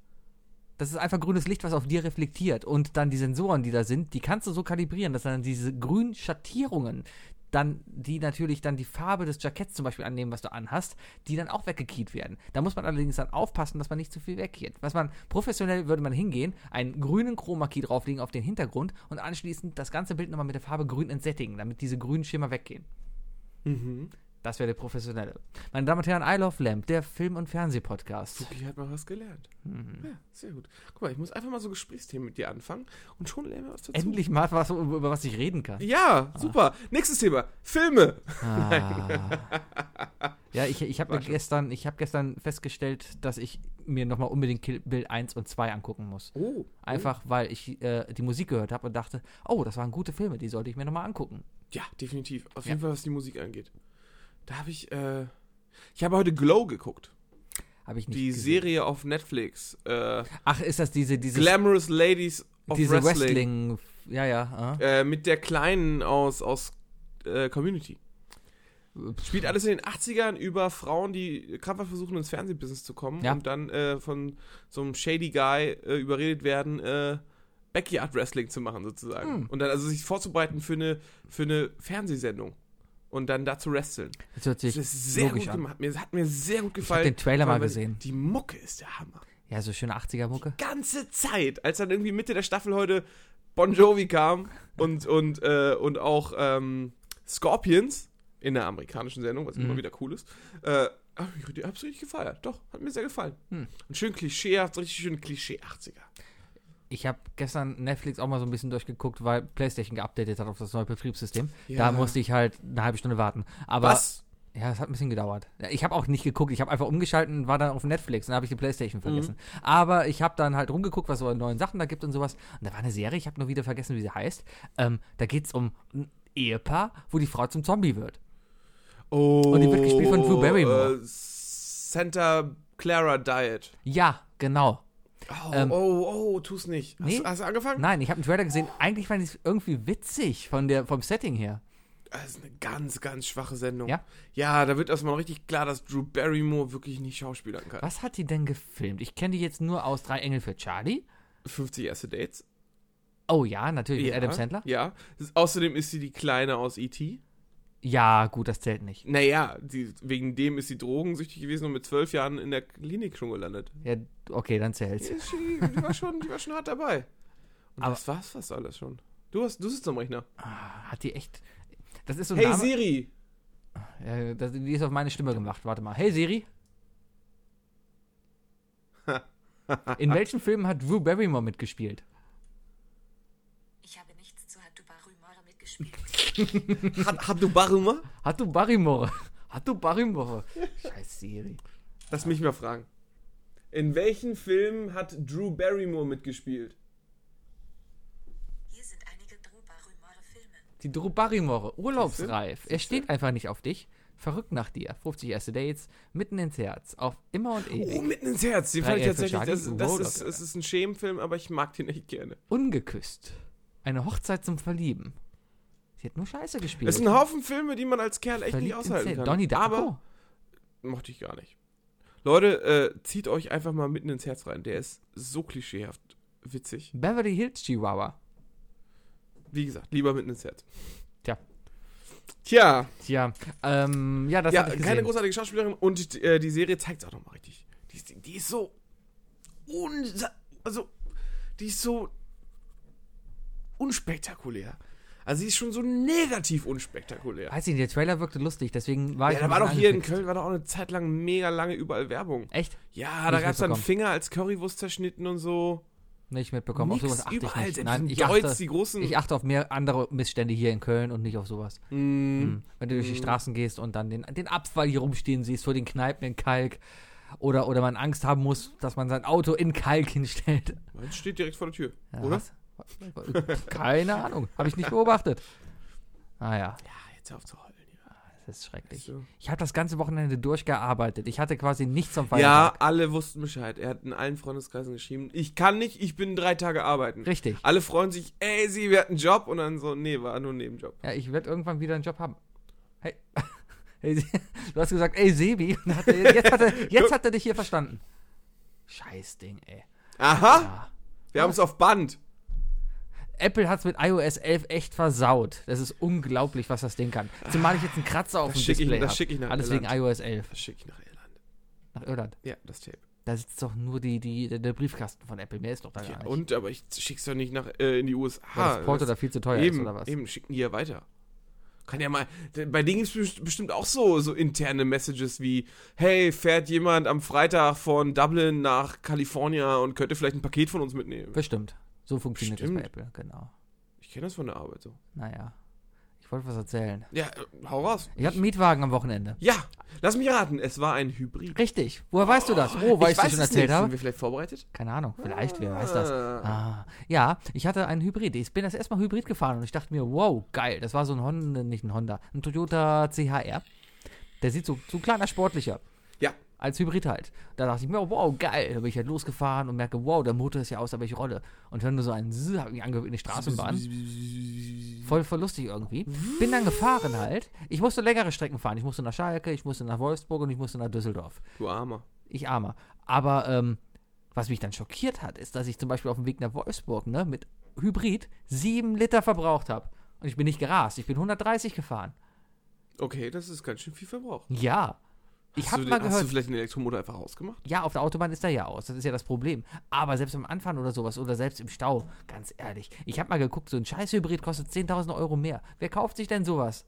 Das ist einfach grünes Licht, was auf dir reflektiert. Und dann die Sensoren, die da sind, die kannst du so kalibrieren, dass dann diese grünen Schattierungen, dann, die natürlich dann die Farbe des Jacketts zum Beispiel annehmen, was du anhast, die dann auch weggekiet werden. Da muss man allerdings dann aufpassen, dass man nicht zu viel weggeht. Was man professionell würde man hingehen, einen grünen Chroma Key drauflegen auf den Hintergrund und anschließend das ganze Bild nochmal mit der Farbe grün entsättigen, damit diese grünen Schimmer weggehen. Das wäre der professionelle. Meine Damen und Herren, I Love Lamp, der Film- und Fernsehpodcast. Fuki hat mal was gelernt. Hm. Ja, sehr gut. Guck mal, ich muss einfach mal so Gesprächsthemen mit dir anfangen und schon lernen wir was dazu. Endlich Ah. mal was, über über was ich reden kann. Ja, super. Nächstes Thema. Filme. Ah. Ja, ich, ich habe War schon. gestern, ich hab gestern festgestellt, dass ich mir nochmal unbedingt Kill Bill 1 und 2 angucken muss. Oh. Einfach, weil ich äh, die Musik gehört habe und dachte, oh, das waren gute Filme, die sollte ich mir nochmal angucken. Ja, definitiv. Auf jeden Fall, was die Musik angeht. Da habe ich, äh, ich habe heute Glow geguckt. Habe ich nicht Die gesehen. Serie auf Netflix. Äh, Ach, ist das diese, diese, Glamorous Ladies of diese Wrestling. Wrestling. Ja, ah. ja. Äh, mit der Kleinen aus, aus äh, Community. Äh. Spielt alles in den 80ern über Frauen, die krampfhaft versuchen, ins Fernsehbusiness zu kommen Ja. und dann äh, von so einem shady Guy äh, überredet werden, äh, Backyard Wrestling zu machen, sozusagen. Hm. Und dann also sich vorzubereiten für eine, für eine Fernsehsendung. Und dann da zu wresteln. Das hört Das sich ist sehr logisch gut an. gemacht. Mir, hat mir sehr gut Ich habe gefallen. den Trailer Vor mal allem, weil gesehen. Die Mucke ist der Hammer Ja, so schöne 80er-Mucke. ganze Zeit, als dann irgendwie Mitte der Staffel heute Bon Jovi kam und, und, äh, und auch ähm, Scorpions in der amerikanischen Sendung, was Mhm. immer wieder cool ist, äh, hab ich die- hab's richtig gefeiert. Doch, hat mir sehr gefallen. Hm. Und schön klischeehaft, richtig schön Klischee 80er. Ich habe gestern Netflix auch mal so ein bisschen durchgeguckt, weil PlayStation geupdatet hat auf das neue Betriebssystem. Ja. Da musste ich halt eine halbe Stunde warten. Aber Was? ja, es hat ein bisschen gedauert. Ja, Ich habe auch nicht geguckt. Ich habe einfach umgeschaltet und war dann auf Netflix. Dann habe ich die Mhm. PlayStation vergessen. Aber ich habe dann halt rumgeguckt, was so an neuen Sachen da gibt und sowas. Und da war eine Serie, ich habe nur wieder vergessen, wie sie heißt. Ähm, da geht's um ein Ehepaar, wo die Frau zum Zombie wird. Oh, Und die wird gespielt von Drew Barrymore. Äh, Santa Clara Diet. Ja, genau. Oh, Ähm, oh, oh, tu's nicht. Hast, nee. du- hast du angefangen? Nein, ich habe einen Trailer gesehen. Eigentlich fand ich es irgendwie witzig von der, vom Setting her. Das ist eine ganz, ganz schwache Sendung. Ja. ja, da wird erstmal richtig klar, dass Drew Barrymore wirklich nicht schauspielern kann. Was hat die denn gefilmt? Ich kenne die jetzt nur aus Drei Engel für Charlie. 50 erste Dates. Oh ja, natürlich. Mit Adam Sandler? Ja. Das- Außerdem ist sie die Kleine aus E.T. Ja, gut, das zählt nicht. Naja, die, wegen dem ist sie drogensüchtig gewesen und mit zwölf Jahren in der Klinik schon gelandet. Ja, okay, dann Die, zählt's. ist schon, die, war, schon, die war schon hart dabei. Und Aber- das war's fast alles schon. Du, hast, du sitzt am Rechner. Ah, Hat die echt. Das ist so ein Hey Name. Siri! Ja, das, die ist auf meine Stimme gemacht. Warte mal. Hey Siri. In welchen Filmen hat Drew Barrymore mitgespielt? Ich habe nichts zu Hadubarumara mitgespielt. Hat, hat du Baruma? Hat du Barrymore? Hat du Barrymore? Scheiß Siri. Lass mich mal fragen. In welchen Film hat Drew Barrymore mitgespielt? Hier sind einige Drew Barrymore Filme. Die Drew Barrymore, urlaubsreif. Er steht einfach nicht auf dich. Verrückt nach dir. 50 erste Dates, mitten ins Herz. Auf immer und Oh, ewig. mitten ins Herz. Den Äh, Drei fand ich F für tatsächlich. Shaggy, Das, Uwe das Boll, ist, oder? es ist ein Schämenfilm, aber ich mag den echt gerne. Ungeküsst. Eine Hochzeit zum Verlieben. Sie hat nur Scheiße gespielt. Es sind ein Haufen Filme, die man als Kerl echt nicht Verliebt ins aushalten Herz. kann. Donnie Darko. Aber mochte ich gar nicht. Leute, äh, zieht euch einfach mal mitten ins Herz rein. Der ist so klischeehaft witzig. Beverly Hills Chihuahua. Wie gesagt, lieber mitten ins Herz. Tja. Tja, Tja, ähm, ja, das ja, hab ich keine gesehen. großartige Schauspielerin und äh, die Serie zeigt es auch nochmal richtig. Die, ist- die ist so. Unsa also, die ist so. unspektakulär. Also, sie ist schon so negativ unspektakulär. Weiß ich nicht, der Trailer wirkte lustig, deswegen war ich. ja, da ein war doch bisschen hier in angefixt. Köln, war doch auch eine Zeit lang mega lange überall Werbung. Echt? Ja, da Nicht gab es dann mitbekommen. Finger als Currywurst zerschnitten und so. Nicht mitbekommen. Nix, auf sowas achte überall, ich nicht. selbst Nein, in ich Deutz, achte, die großen- ich achte auf mehr andere Missstände hier in Köln und nicht auf sowas. Mm. Hm. Wenn du durch die Straßen gehst und dann den, den Abfall hier rumstehen siehst, vor den Kneipen in Kalk. Oder, oder man Angst haben muss, dass man sein Auto in Kalk hinstellt. Meins steht direkt vor der Tür, Ja, oder? was? Keine Ahnung. Habe ich nicht beobachtet. Naja, Ja, jetzt hör auf zu heulen. das ist schrecklich. So. Ich habe das ganze Wochenende durchgearbeitet. Ich hatte quasi nichts am Ja, Feiertag. alle wussten Bescheid. Er hat in allen Freundeskreisen geschrieben, ich kann nicht, ich bin drei Tage arbeiten. Richtig. Alle freuen sich, ey, sie, wir hatten einen Job. Und dann so, nee, war nur ein Nebenjob. Ja, ich werde irgendwann wieder einen Job haben. Hey. hey Se- du hast gesagt, ey, Sebi. Und hat er, jetzt, hat er, jetzt hat er dich hier verstanden. Scheiß Ding, ey. Aha, Ja. wir haben es auf Band. Apple hat's mit iOS 11 echt versaut. Das ist unglaublich, was das Ding kann. Zumal ich jetzt einen Kratzer auf Das dem schick ich- Display das hab. schick ich nach Alles wegen Irland. iOS 11. Das schicke ich nach Irland. Nach Irland. Ja, das Tape. Da sitzt doch nur die, die, der, der Briefkasten von Apple. Mehr ist doch da gar Ja, nicht. und, aber ich schick's doch nicht nach, äh, in die Weil USA. das Porto da viel zu teuer eben, ist, oder was? Eben, schicken die ja weiter. Kann ja mal, bei denen gibt's best- bestimmt auch so, so interne Messages wie, hey, fährt jemand am Freitag von Dublin nach Kalifornien und könnte vielleicht ein Paket von uns mitnehmen. Bestimmt. So funktioniert das bei Stimmt. Apple, genau. Ich kenne das von der Arbeit so. Naja. Ich wollte was erzählen. Ja, äh, hau raus. Ich hatte einen Mietwagen am Wochenende. Ja, lass mich raten, es war ein Hybrid. Richtig. Woher weißt du das? Oh, weil ich, dir schon es erzählt nicht. Sind habe. wir vielleicht vorbereitet? Keine Ahnung, vielleicht, wer weiß das. Ah. Ah, ja, ich hatte einen Hybrid. Ich bin das erstmal Hybrid gefahren und ich dachte mir, wow, geil. Das war so ein Honda, nicht ein Honda, ein Toyota CHR. Der sieht so, so kleiner, sportlicher. Ja. Als Hybrid halt. Da dachte ich mir, wow, geil. Da bin ich halt losgefahren und merke, wow, der Motor ist ja aus, aber ich rolle. Und höre nur so einen Zzz, hab mich angehört in die Straßenbahn. Voll, voll lustig irgendwie. Bin dann gefahren halt. Ich musste längere Strecken fahren. Ich musste nach Schalke, ich musste nach Wolfsburg und ich musste nach Düsseldorf Du Armer. ich armer. Aber ähm, was mich dann schockiert hat, ist, dass ich zum Beispiel auf dem Weg nach Wolfsburg ne, mit Hybrid sieben Liter verbraucht habe. Und ich bin nicht gerast, ich bin 130 gefahren. Okay, das ist ganz schön viel Verbrauch. Ja. Ich Hast habe du mal den- Hast du gehört, vielleicht den Elektromotor einfach ausgemacht? ja, auf der Autobahn ist er ja aus, das ist ja das Problem. Aber selbst am Anfang oder sowas oder selbst im Stau, ganz ehrlich, ich habe mal geguckt, so ein Scheiß-Hybrid kostet 10.000 Euro mehr. Wer kauft sich denn sowas?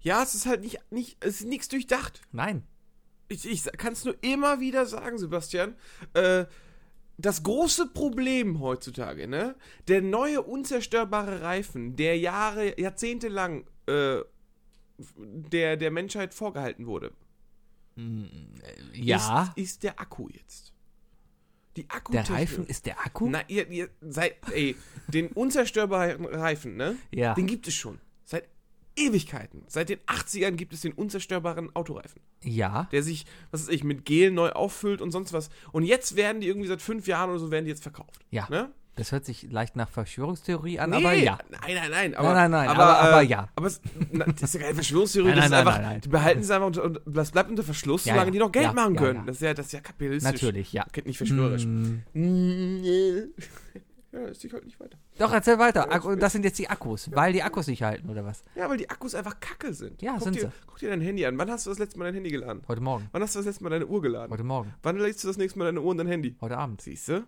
Ja, es ist halt nicht, nicht es ist nichts durchdacht. Nein. ich, ich kann es nur immer wieder sagen, Sebastian, äh, das große Problem heutzutage, ne? Der neue unzerstörbare Reifen, der Jahre, Jahrzehnte lang äh, der, der Menschheit vorgehalten wurde, Ja. ist, ist der Akku jetzt. Die Akku der Reifen ist der Akku? Na, ihr, ihr seid, ey, den unzerstörbaren Reifen, ne? Ja. Den gibt es schon. Seit Ewigkeiten. Seit den 80ern gibt es den unzerstörbaren Autoreifen Ja. der sich, was weiß ich, mit Gel neu auffüllt und sonst was. Und jetzt werden die irgendwie seit fünf Jahren oder so werden die jetzt verkauft. Ja. Ne? Das hört sich leicht nach Verschwörungstheorie an, Nee, aber ja. Nein, nein, nein. Aber, äh, nein, nein, aber- aber ja. Aber es, na, das ist ja keine Verschwörungstheorie. Nein, das nein, ist nein, einfach, nein, nein. Die behalten es einfach unter, und das bleibt unter Verschluss, Ja, solange ja, die noch Geld ja, machen ja, können. ja. Das, ist ja, das ist ja kapitalistisch. Natürlich, ja. Kennt nicht verschwörerisch. Mm. Ja, das ich heute nicht weiter. Doch, erzähl weiter. Akku, das sind jetzt die Akkus, weil die Akkus nicht halten, oder was? Ja, weil die Akkus einfach kacke sind. Ja, guck sind dir, sie. Guck dir dein Handy an. Wann hast du das letzte Mal dein Handy geladen? Heute Morgen. Wann hast du das letzte Mal deine Uhr geladen? Heute Morgen. Wann legst du das nächste Mal deine Uhr und dein Handy? Heute Abend. Siehst du?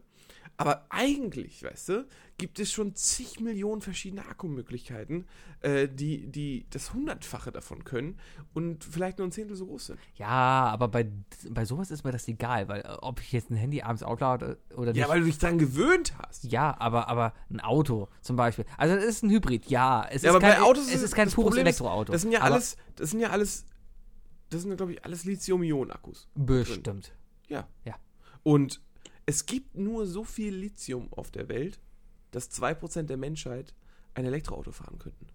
Aber eigentlich, weißt du, gibt es schon zig Millionen verschiedene Akkumöglichkeiten, äh, die, die das Hundertfache davon können und vielleicht nur ein Zehntel so groß sind. Ja, aber bei, bei sowas ist mir das egal, weil äh, ob ich jetzt ein Handy abends auflade oder nicht. Ja, weil du dich dran gewöhnt hast. Ja, aber, aber ein Auto zum Beispiel. Also es ist ein Hybrid, ja. Es Ja, ist aber kein, bei Autos es ist- ist, kein das pures Problem ist, Elektroauto. Das sind ja aber alles, das sind ja alles, das sind, glaube ich, alles Lithium-Ionen-Akkus. Bestimmt. Ja. Ja. Und es gibt nur so viel Lithium auf der Welt, dass 2% der Menschheit ein Elektroauto fahren könnten.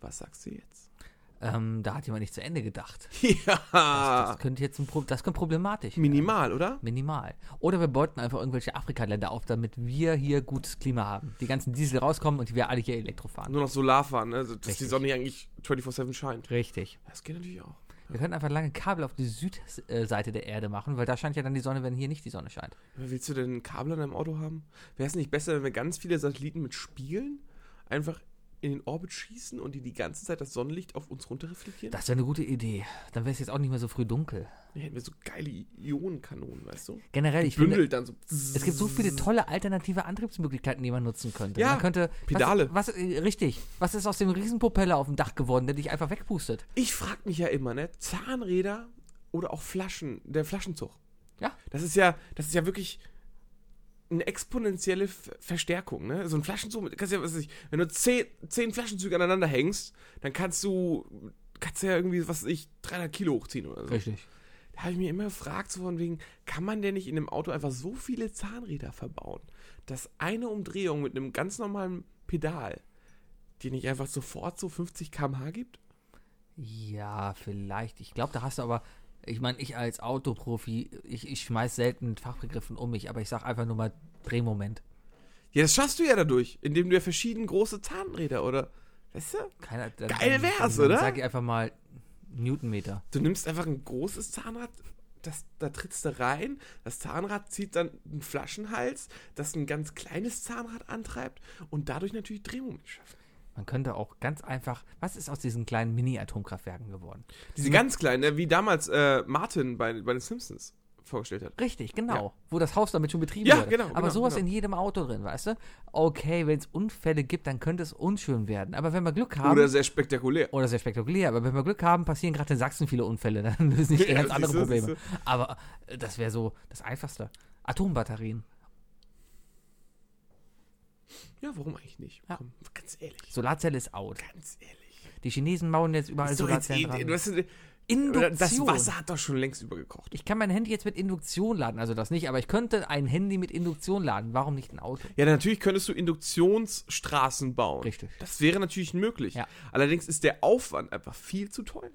Was sagst du jetzt? Ähm, da hat jemand nicht zu Ende gedacht. Das, Ja, das könnte jetzt ein Pro das könnte problematisch werden. minimal, oder? Minimal. Oder wir beuten einfach irgendwelche Afrikaländer auf, damit wir hier gutes Klima haben. Die ganzen Diesel rauskommen und wir alle hier Elektro fahren. Nur noch Solar fahren, ne? Also, dass die Richtig. Sonne hier eigentlich 24-7 scheint. Richtig. Das geht natürlich auch. Wir können einfach lange Kabel auf die Südseite der Erde machen, weil da scheint ja dann die Sonne, wenn hier nicht die Sonne scheint. Aber Willst du denn ein Kabel an deinem Auto haben? Wäre es nicht besser, wenn wir ganz viele Satelliten mit Spiegeln einfach in den Orbit schießen und die die ganze Zeit das Sonnenlicht auf uns runterreflektieren? Das wäre eine gute Idee. Dann wäre es jetzt auch nicht mehr so früh dunkel. Dann hätten wir so geile Ionenkanonen, weißt du? Generell, ich finde, Bündelt dann so. es gibt so viele tolle alternative Antriebsmöglichkeiten, die man nutzen könnte. Ja, man könnte Pedale. Was, was, äh, richtig. Was ist aus dem Riesenpropeller auf dem Dach geworden, der dich einfach wegpustet? Ich frage mich ja immer, ne? Zahnräder oder auch Flaschen, der Flaschenzug. Ja. Das ist ja, das ist ja wirklich eine exponentielle F- Verstärkung, ne? So ein Flaschenzug, mit- kannst ja, was weiß ich, wenn du zehn, zehn Flaschenzüge aneinander hängst, dann kannst du, kannst du ja irgendwie, was weiß ich, 300 Kilo hochziehen oder so. Richtig. Da habe ich mir immer gefragt, so von wegen, kann man denn nicht in einem Auto einfach so viele Zahnräder verbauen, dass eine Umdrehung mit einem ganz normalen Pedal dir nicht einfach sofort so 50 km/h gibt? Ja, vielleicht. Ich glaube, da hast du aber. Ich meine, ich als Autoprofi, ich, ich schmeiß selten mit Fachbegriffen um mich, aber ich sag einfach nur mal Drehmoment. Ja, das schaffst du ja dadurch, indem du ja verschieden große Zahnräder oder. Weißt du? Keiner, dann, Geil wär's, dann, oder? Dann sag ich einfach mal Newtonmeter. Du nimmst einfach ein großes Zahnrad, das, da trittst du rein, das Zahnrad zieht dann einen Flaschenhals, das ein ganz kleines Zahnrad antreibt und dadurch natürlich Drehmoment schafft. Man könnte auch ganz einfach. Was ist aus diesen kleinen Mini-Atomkraftwerken geworden? Diese ganz kleine, wie damals äh, Martin bei, bei den Simpsons vorgestellt hat. Richtig, genau. Wo das Haus damit schon betrieben Ja, wird. genau, Aber genau, sowas genau. in jedem Auto drin, weißt du? Okay, wenn es Unfälle gibt, dann könnte es unschön werden. Aber wenn wir Glück haben. Oder sehr spektakulär. oder sehr spektakulär, aber wenn wir Glück haben, passieren gerade in Sachsen viele Unfälle, dann lösen sich Ja, ganz andere siehste, Probleme. Aber äh, das wäre so das Einfachste. Atombatterien. Ja, warum eigentlich nicht? Ja. Komm, ganz ehrlich. Solarzelle ist out. Ganz ehrlich. Die Chinesen bauen jetzt überall Ist doch jetzt eh- Solarzellen du dran. hast, Induktion. das Wasser hat doch schon längst übergekocht. Ich kann mein Handy jetzt mit Induktion laden, also das nicht, aber ich könnte ein Handy mit Induktion laden. Warum nicht ein Auto? Ja, natürlich könntest du Induktionsstraßen bauen. Richtig. Das wäre natürlich möglich. Ja. Allerdings ist der Aufwand einfach viel zu teuer.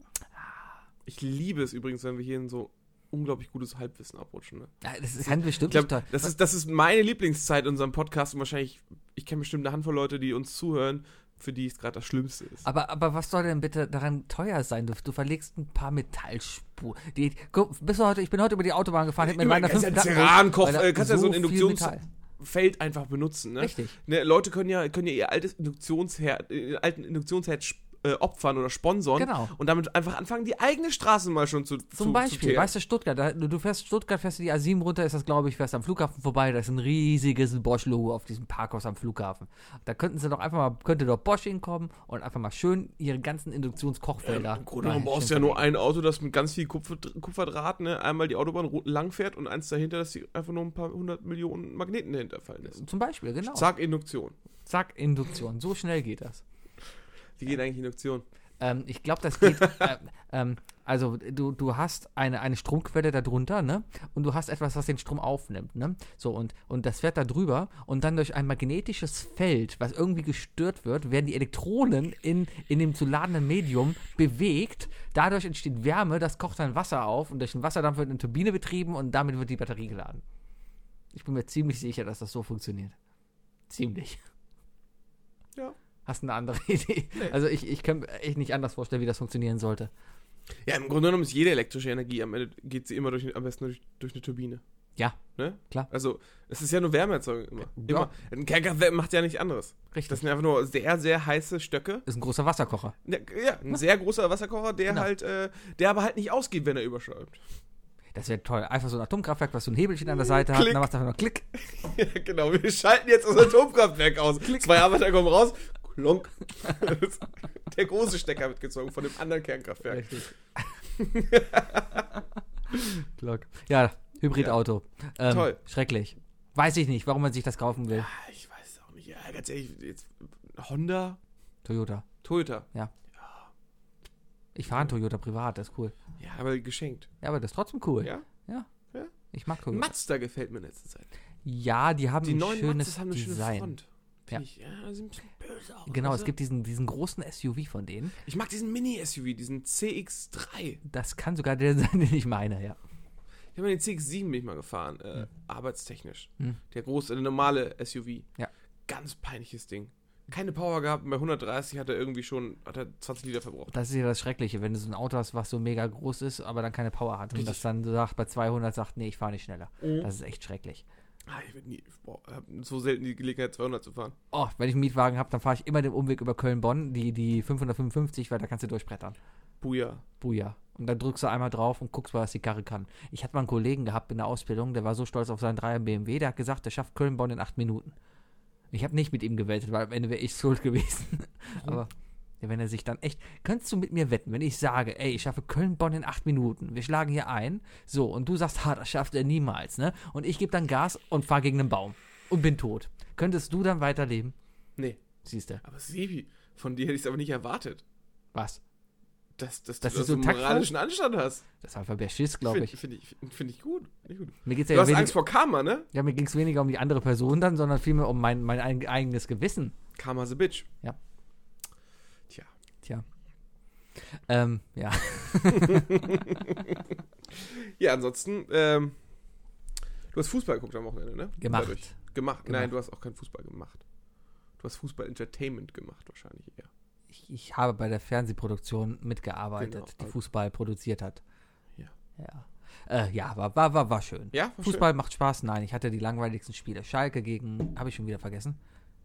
Ich liebe es übrigens, wenn wir hier in so unglaublich gutes Halbwissen abrutschen. Ne? Ja, Das ist kann bestimmt Ich glaube, nicht teuer. das ist, das ist meine Lieblingszeit in unserem Podcast und wahrscheinlich, ich kenne bestimmt eine Handvoll Leute, die uns zuhören, für die es gerade das Schlimmste ist. Aber, aber was soll denn bitte daran teuer sein? Du, du verlegst ein paar Metallspuren. Die, guck, bist du heute, ich bin heute über die Autobahn gefahren, hätte mir in Über- meiner kannst fünften ja Platten- einen Ceran-Koch, weil da äh, kannst ja so ein viel Induktions- Metall. Feld einfach benutzen. Ne? Richtig. Ne, Leute können ja, können ja ihr altes Induktionsherd, äh, alten Induktionsherd sp- äh, opfern oder sponsoren Genau. und damit einfach anfangen, die eigene Straße mal schon zu Zum zu, Beispiel, zu weißt du, Stuttgart, da, du du fährst Stuttgart, fährst du die A7 runter, ist das, glaube ich, fährst am Flughafen vorbei, da ist ein riesiges Bosch-Logo auf diesem Parkhaus am Flughafen. Da könnten sie doch einfach mal, könnte doch Bosch hinkommen und einfach mal schön ihre ganzen Induktionskochfelder. Im Grunde mal genommen brauchst du schön ja nur verlegen. ein Auto, das mit ganz viel Kupfer, Kupferdraht ne, einmal die Autobahn ro- lang fährt und eins dahinter, dass die einfach nur ein paar hundert Millionen Magneten dahinter fallen lässt. Zum Beispiel, genau. Zack. Zack, Induktion. Induktion. So schnell geht das. Wie geht eigentlich Induktion? Ähm, ich glaube, das geht. äh, ähm, also, du, du hast eine, eine Stromquelle darunter, ne? Und du hast etwas, was den Strom aufnimmt, ne? So, und, und das fährt da drüber. Und dann durch ein magnetisches Feld, was irgendwie gestört wird, werden die Elektronen in, in dem zu ladenden Medium bewegt. Dadurch entsteht Wärme, das kocht dann Wasser auf. Und durch den Wasserdampf wird eine Turbine betrieben und damit wird die Batterie geladen. Ich bin mir ziemlich sicher, dass das so funktioniert. Ziemlich. Ja. Hast du eine andere Idee? Also ich, ich kann mir echt nicht anders vorstellen, wie das funktionieren sollte. Ja, im Grunde genommen ist jede elektrische Energie, am Ende geht sie immer durch, am besten durch, durch eine Turbine. Ja. Ne? Klar. Also, es ist ja nur Wärmeerzeugung immer. Ja. immer. Ein Kernkraftwerk macht ja nichts anderes. Richtig. Das sind einfach nur sehr, sehr heiße Stöcke. ist ein großer Wasserkocher. Ja, ja, ein sehr großer Wasserkocher, der Genau. halt, äh, der aber halt nicht ausgeht, wenn er überschäumt. Das wäre toll. Einfach so ein Atomkraftwerk, was so ein Hebelchen an der Seite hat. Klick. Und dann machst du einfach noch Klick. Ja, genau, wir schalten jetzt unser Atomkraftwerk aus. Zwei Arbeiter kommen raus. Klonk. Der große Stecker wird gezogen von dem anderen Kernkraftwerk. Richtig. Glock. Ja, Hybridauto. Ähm, Toll. Schrecklich. Weiß ich nicht, warum man sich das kaufen will. Ah, Ich weiß es auch nicht. Ja, ganz ehrlich, jetzt Honda, Toyota. Toyota. Ich fahre einen Toyota privat, das ist cool. Ja, aber geschenkt. Ja, aber das ist trotzdem cool. Ja? Ja. Ich mag Toyota. Mazda gefällt mir in letzter Zeit. Ja, die haben Die ein neuen schönes Mazdas haben eine Design. schöne Front. Ja. Finde Ich, ja, sind ein bisschen böse auch. Genau, weißt es du? gibt diesen, diesen großen SUV von denen. Ich mag diesen Mini-SUV, diesen CX3. Das kann sogar der sein, den ich meine, ja. Ich habe den CX7 bin ich mal gefahren, äh, arbeitstechnisch. Hm. Der große, der normale SUV. Ja. Ganz peinliches Ding. Keine Power gehabt, und bei 130 hat er irgendwie schon hat er 20 Liter verbraucht. Das ist ja das Schreckliche, wenn du so ein Auto hast, was so mega groß ist, aber dann keine Power hat. Und das dann so sagt, bei 200 sagt, nee, ich fahre nicht schneller. Das ist echt schrecklich. Ah, ich habe so selten die Gelegenheit, 200 zu fahren. Oh, wenn ich einen Mietwagen habe, dann fahre ich immer den Umweg über Köln-Bonn, die, die 555, weil da kannst du durchbrettern. Buja. Buja. Und dann drückst du einmal drauf und guckst, was die Karre kann. Ich hatte mal einen Kollegen gehabt in der Ausbildung, der war so stolz auf seinen 3er BMW, der hat gesagt, der schafft Köln-Bonn in acht Minuten. Ich habe nicht mit ihm gewettet, weil am Ende wäre ich schuld gewesen. Aber ja, wenn er sich dann echt. Kannst du mit mir wetten, wenn ich sage, ey, ich schaffe Köln-Bonn in acht Minuten, wir schlagen hier ein, so, und du sagst, ha, das schafft er niemals, ne? Und ich gebe dann Gas und fahre gegen einen Baum und bin tot. Könntest du dann weiterleben? Nee, Siehst du, aber Sebi, von dir hätte ich es aber nicht erwartet, was? dass, dass, Dass du du das so einen Takt hast? moralischen Anstand hast. Das war einfach der Schiss, glaube ich. Finde ich, find, find ich gut. Find ich gut. Mir geht's Du ja hast wenig- Angst vor Karma, ne? Ja, mir ging es weniger um die andere Person dann, sondern vielmehr um mein, mein eig- eigenes Gewissen. Karma's a bitch. Tja. Ähm, ja. Ja, ansonsten, ähm, du hast Fußball geguckt am Wochenende, ne? Gemacht. Dadurch. Gemacht. Nein, Gemacht. du hast auch keinen Fußball gemacht. Du hast Fußball-Entertainment gemacht wahrscheinlich eher. Ich, ich habe bei der Fernsehproduktion mitgearbeitet, Genau. die Fußball produziert hat. Ja. Ja, äh, ja war, war, war, war schön. Ja, war Fußball macht Spaß? Nein, ich hatte die langweiligsten Spiele. Schalke gegen, habe ich schon wieder vergessen,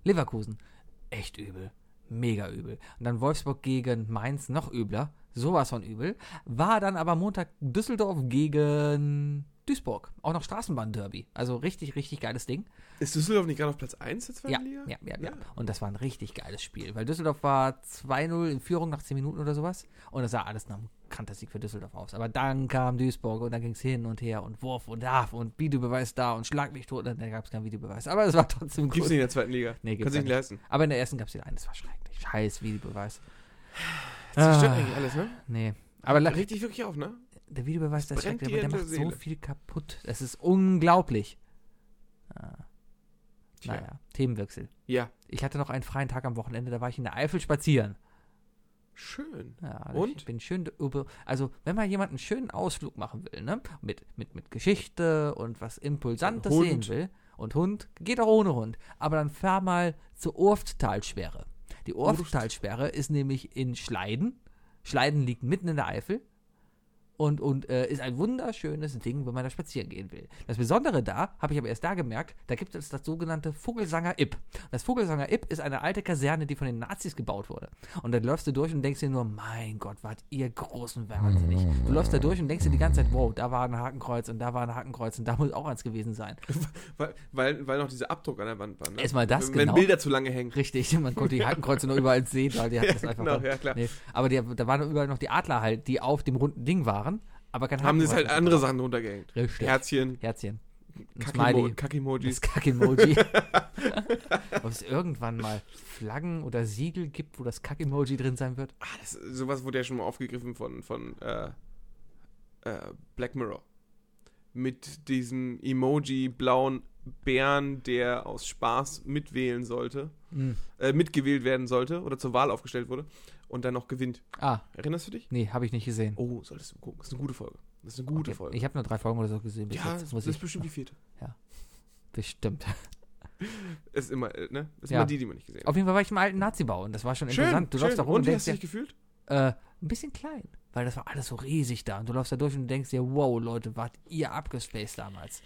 Leverkusen. Echt übel. Mega übel. Und dann Wolfsburg gegen Mainz, noch übler. Sowas von übel. War dann aber Montag Düsseldorf gegen Duisburg. Auch noch Straßenbahn-Derby. Also richtig, richtig geiles Ding. schön. Ist Düsseldorf nicht gerade auf Platz 1 der zweiten Ja, Liga? ja, ja, ja. Ja. Und das war ein richtig geiles Spiel, weil Düsseldorf war 2-0 in Führung nach 10 Minuten oder sowas. Und das sah alles nach einem Kantersieg für Düsseldorf aus. Aber dann kam Duisburg und dann ging es hin und her und Wurf und Haf und Videobeweis da und Schlag mich tot. Und dann gab es keinen Videobeweis. Aber es war trotzdem Gibt's gut. nicht in der zweiten Liga. Nee, gibt's Kannst du nicht leisten. Aber in der ersten gab es den einen, das war schrecklich. Scheiß Videobeweis. Das stimmt Ah, eigentlich alles, ne? nee. Aber la- Richtig wirklich auf, ne? der Videobeweis, der, ist Brennt schrecklich, dir aber der in der macht so Seele. viel kaputt. Das ist unglaublich. Ah, Tja. naja, Themenwechsel. Ja. Ich hatte noch einen freien Tag am Wochenende, da war ich in der Eifel spazieren. Schön. Ja, also Und? ich bin schön über. Also, wenn mal jemand einen schönen Ausflug machen will, ne? Mit, mit, mit Geschichte und was Impulsantes Hund. sehen will. Und Hund, geht auch ohne Hund. Aber dann fahr mal zur Orftalsperre. Die Orftalsperre ist nämlich in Schleiden. Schleiden liegt mitten in der Eifel. Und, und äh, ist ein wunderschönes Ding, wenn man da spazieren gehen will. Das Besondere da, habe ich aber erst da gemerkt, da gibt es das sogenannte Vogelsanger Ib. Das Vogelsanger Ib ist eine alte Kaserne, die von den Nazis gebaut wurde. Und dann läufst du durch und denkst dir nur, mein Gott, wart ihr großen Wahnsinnig. Du läufst da durch und denkst dir die ganze Zeit, wow, da war ein Hakenkreuz und da war ein Hakenkreuz und da muss auch eins gewesen sein. Weil, weil, weil noch dieser Abdruck an der Wand war, ne? Erstmal das, Wenn, wenn genau. Bilder zu lange hängen. Richtig, man konnte die Hakenkreuze nur überall sehen, weil die hatten das einfach. genau, ja, klar. Nee, aber die, da waren überall noch die Adler halt, die auf dem runden Ding waren, aber kein Haben das halt Hakenkreuz. andere Sachen runtergehängt. Richtig. Herzchen, Herzchen. Ein Kakimo- Smiley. Das Kakimojis. Kack-Emoji. Ob es irgendwann mal Flaggen oder Siegel gibt, wo das Kack-Emoji drin sein wird? Ah, das, sowas wurde ja schon mal aufgegriffen von, von äh, äh, Black Mirror. Mit diesem Emoji-blauen Bären, der aus Spaß mitwählen sollte, Hm. äh, mitgewählt werden sollte oder zur Wahl aufgestellt wurde und dann noch gewinnt. Ah, Erinnerst du dich? nee, habe ich nicht gesehen. Oh, solltest du gucken. Das ist eine gute Folge. Das ist eine Oh, gute Okay, Folge. Ich habe nur drei Folgen oder so gesehen. Bis ja, jetzt. das, Das muss ist ich- bestimmt die vierte. bestimmt. Ist immer, äh, ne? Ist Ja. immer die, die man nicht gesehen hat. Auf jeden Fall war ich im alten Nazi-Bau und das war schon interessant. Du läufst da rum und, und wie denkst hast du dir, dich gefühlt? äh, ein bisschen klein, weil das war alles so riesig da. Und du läufst da durch und denkst dir, wow, Leute, wart ihr abgespaced damals.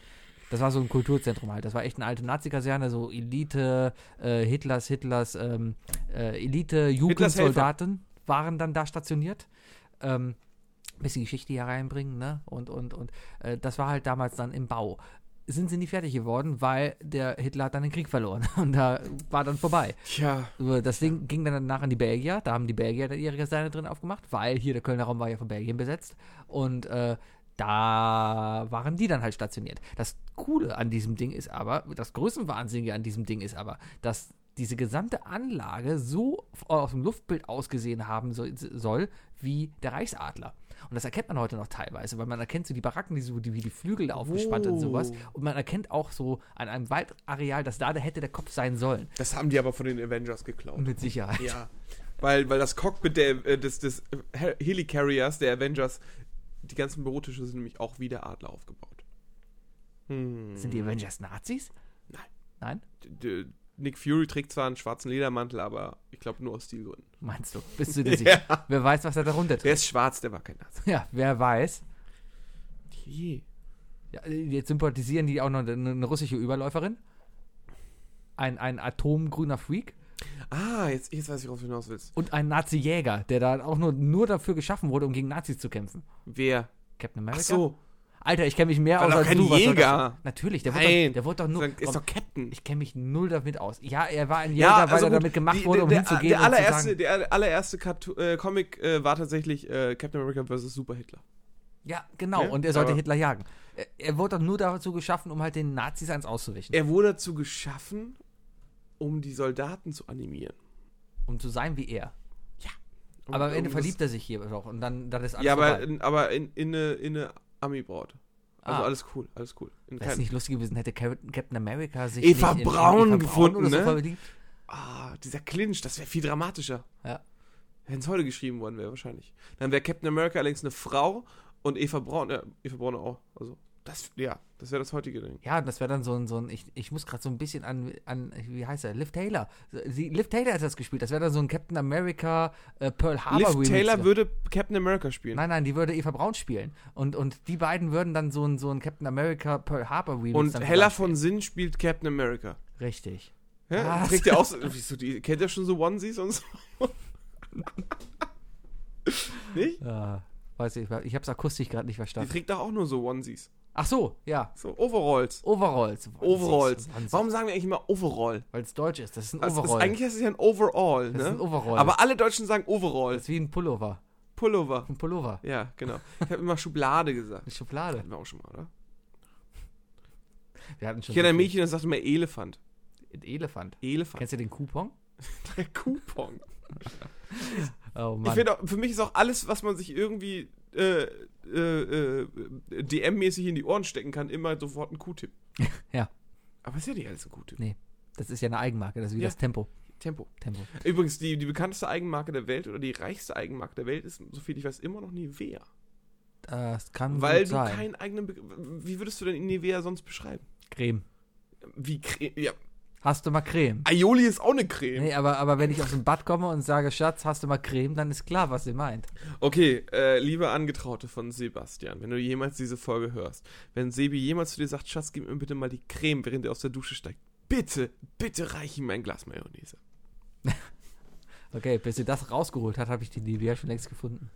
Das war so ein Kulturzentrum halt. Das war echt eine alte Nazi-Kaserne, so Elite, äh, Hitlers, Hitlers, ähm, äh, Elite, Hitlers Helfer. Jugendsoldaten waren dann da stationiert. Ähm, bisschen Geschichte hier reinbringen, ne? Und, und, und äh, das war halt damals dann im Bau. Sind sie nie fertig geworden, weil der Hitler hat dann den Krieg verloren und da war dann vorbei. Tja, So, Das Ding ging dann danach an die Belgier, da haben die Belgier dann ihre Kaserne drin aufgemacht, weil hier der Kölner Raum war ja von Belgien besetzt und äh, da waren die dann halt stationiert. Das Coole an diesem Ding ist aber, das Größenwahnsinnige an diesem Ding ist aber, dass diese gesamte Anlage so äh, aus dem Luftbild ausgesehen haben so, soll, wie der Reichsadler. Und das erkennt man heute noch teilweise, weil man erkennt so die Baracken, die so, die, wie die Flügel da aufgespannt und sowas. Und man erkennt auch so an einem Waldareal, dass da der hätte der Kopf sein sollen. das haben die aber von den Avengers geklaut. Mit Sicherheit. Ja. Weil, weil das Cockpit der, äh, des, des Hel- Helicarriers der Avengers, die ganzen Bürotische sind nämlich auch wie der Adler aufgebaut. Hm. Sind die Avengers Nazis? Nein. Mhm. Nein? D- d- Nick Fury trägt zwar einen schwarzen Ledermantel, aber ich glaube nur aus Stilgründen. Meinst du? Bist du dir sicher? Wer weiß, was er darunter Der trägt? ist schwarz, der war kein Nazi. Ja, wer weiß. Je. Ja, jetzt sympathisieren die auch noch eine, eine russische Überläuferin. Ein, ein atomgrüner Freak Ah, jetzt, jetzt weiß ich, worauf du hinaus willst. und ein Nazi-Jäger, der da auch nur, nur dafür geschaffen wurde, um gegen Nazis zu kämpfen. Wer? Captain America? Ach so. Alter, ich kenne mich mehr War aus doch als kein du. was soll das Jäger. denn? Natürlich, der wurde doch, Nein. der wurde doch nur. Ist doch- ist komm, doch Captain. ich kenne mich null damit aus. Ja, er war ein Jäger, weil er also gut, damit gemacht die- wurde, um der, hinzugehen Der und zu allererste, sagen- der allererste Carto äh, Comic äh, war tatsächlich äh, Captain America vs. Super Hitler. Ja, genau. Ja, und er sollte Ne? aber- Hitler jagen. Er, er wurde doch nur dazu geschaffen, um halt den Nazis eins auszuwischen. Er wurde dazu geschaffen, um die Soldaten zu animieren. um zu sein wie er. Um, Aber am Ende um verliebt er sich hier doch. Und dann, dann ist Das, alles ja, aber, also vorbei. in, aber in, in eine, in eine Ami-Braut. Also Ah. alles cool, alles cool. In Wäre es kein, nicht lustig gewesen, hätte Car- Captain America sich Eva nicht in- in Braun gefunden, ne? verliebt. ah, dieser Clinch, das wäre viel dramatischer. Ja. Wenn es heute geschrieben worden wäre, wahrscheinlich. Dann wäre Captain America allerdings eine Frau und Eva Braun, äh, Eva Braun auch. Also, das, ja, das wäre das heutige Ding. Ja, das wäre dann so ein, so ein ich, ich muss gerade so ein bisschen an, an, wie heißt er, Liv Taylor. Sie, Liv Taylor hat das gespielt, das wäre dann so ein Captain America äh, Pearl Harbor Liv Remix Taylor gewesen. würde Captain America spielen. Nein, nein, die würde Eva Braun spielen. Und, und die beiden würden dann so ein, so ein Captain America Pearl Harbor Remix Und dann Hella zusammen von Sinn spielt Captain America. spielen. Richtig. Ja, Was? trägt ja auch so, wieso, die, kennt ihr schon so Onesies und so? nicht? Ja, weiß ich, ich hab's akustisch gerade nicht Die verstanden. trägt doch auch nur so Onesies. Ach so, ja. So Overalls. Overalls. Overalls. Wahnsinn. Warum sagen wir eigentlich immer Overall? Weil es deutsch ist. Das ist ein Das ist, Overall. eigentlich heißt es ja ein Overall, ne? Das ist ein Overall. Aber alle Deutschen sagen Overall. das ist wie ein Pullover. Pullover. Ein Pullover. Ja, genau. Ich habe immer Schublade gesagt. Eine Schublade. Hatten wir auch schon mal, oder? Wir hatten schon Ich kenne ein so Mädchen, das sagte immer Elefant. viel- Ein Elefant. Elefant. Kennst du den Coupon? Der Coupon. Oh Ich Mann. finde, auch- für mich ist auch alles, was man sich irgendwie äh, äh, äh, DM-mäßig in die Ohren stecken kann, immer sofort ein Q-Tipp. Ja. Aber ist ja nicht alles ein Q-Tipp. Nee. Das ist ja eine Eigenmarke. Das ist wie Ja. das Tempo. Tempo. Tempo. Übrigens, die, die bekannteste Eigenmarke der Welt oder die reichste Eigenmarke der Welt ist, soviel ich weiß, immer noch Nivea. Das kann Weil gut du sein. keinen eigenen. Be Wie würdest du denn Nivea sonst beschreiben? Creme. Wie Creme. Ja, Hast du mal Creme? Aioli ist auch eine Creme. Nee, aber, aber wenn ich aus dem Bad komme und sage, Schatz, hast du mal Creme, dann ist klar, was sie meint. Okay, äh, liebe Angetraute von Sebastian, wenn du jemals diese Folge hörst, wenn Sebi jemals zu dir sagt, Schatz, gib mir bitte mal die Creme, während er aus der Dusche steigt, bitte, bitte reich ihm ein Glas Mayonnaise. Okay, bis sie das rausgeholt hat, habe ich die Nivea schon längst gefunden.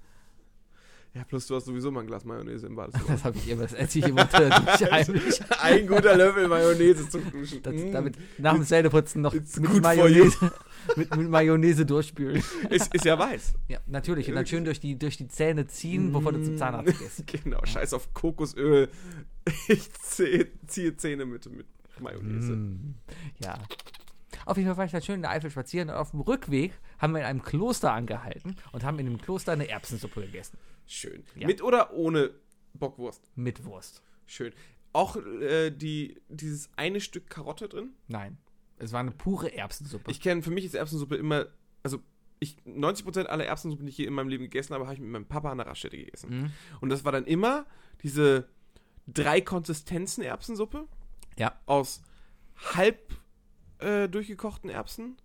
Ja, plus du hast sowieso mal ein Glas Mayonnaise im Badezimmer. Das habe ich immer, das esse ich immer unter der Dusche Also heimlich. ein guter Löffel Mayonnaise zum Duschen. Das, Mm. damit nach dem Zähneputzen noch it's mit good for you. Mayonnaise, mit, mit Mayonnaise durchspülen. Ist, ist ja weiß. Ja, natürlich. Mm. Und dann schön durch die, durch die Zähne ziehen, bevor du zum Zahnarzt gehst. Genau, scheiß auf Kokosöl. Ich zäh, ziehe Zähne mit, mit Mayonnaise. Mm, ja. Auf jeden Fall war ich dann schön in der Eifel spazieren und auf dem Rückweg haben wir in einem Kloster angehalten und haben in dem Kloster eine Erbsensuppe gegessen. Schön. Ja. Mit oder ohne Bockwurst? Mit Wurst. Schön. Auch äh, die, dieses eine Stück Karotte drin? Nein. Es war eine pure Erbsensuppe. Ich kenne, für mich ist Erbsensuppe immer, also ich, 90% aller Erbsensuppen, die ich je in meinem Leben gegessen habe, habe ich mit meinem Papa an der Raststätte gegessen. Mhm. Und das war dann immer diese drei Konsistenzen Erbsensuppe. Ja. Aus halb äh, durchgekochten Erbsen,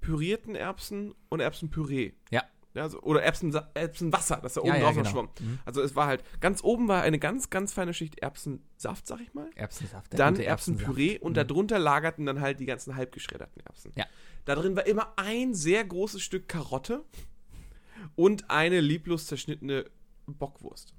pürierten Erbsen und Erbsenpüree. Ja. Ja, so, oder Erbsensa Erbsenwasser, das da oben Ja, ja, drauf noch genau. schwamm. Mhm. Also es war halt, ganz oben war eine ganz, ganz feine Schicht Erbsensaft, sag ich mal. Erbsensaft. der Dann gute Mhm. Erbsenpüree und darunter lagerten dann halt die ganzen halb geschredderten Erbsen. Ja. Da drin war immer ein sehr großes Stück Karotte und eine lieblos zerschnittene Bockwurst.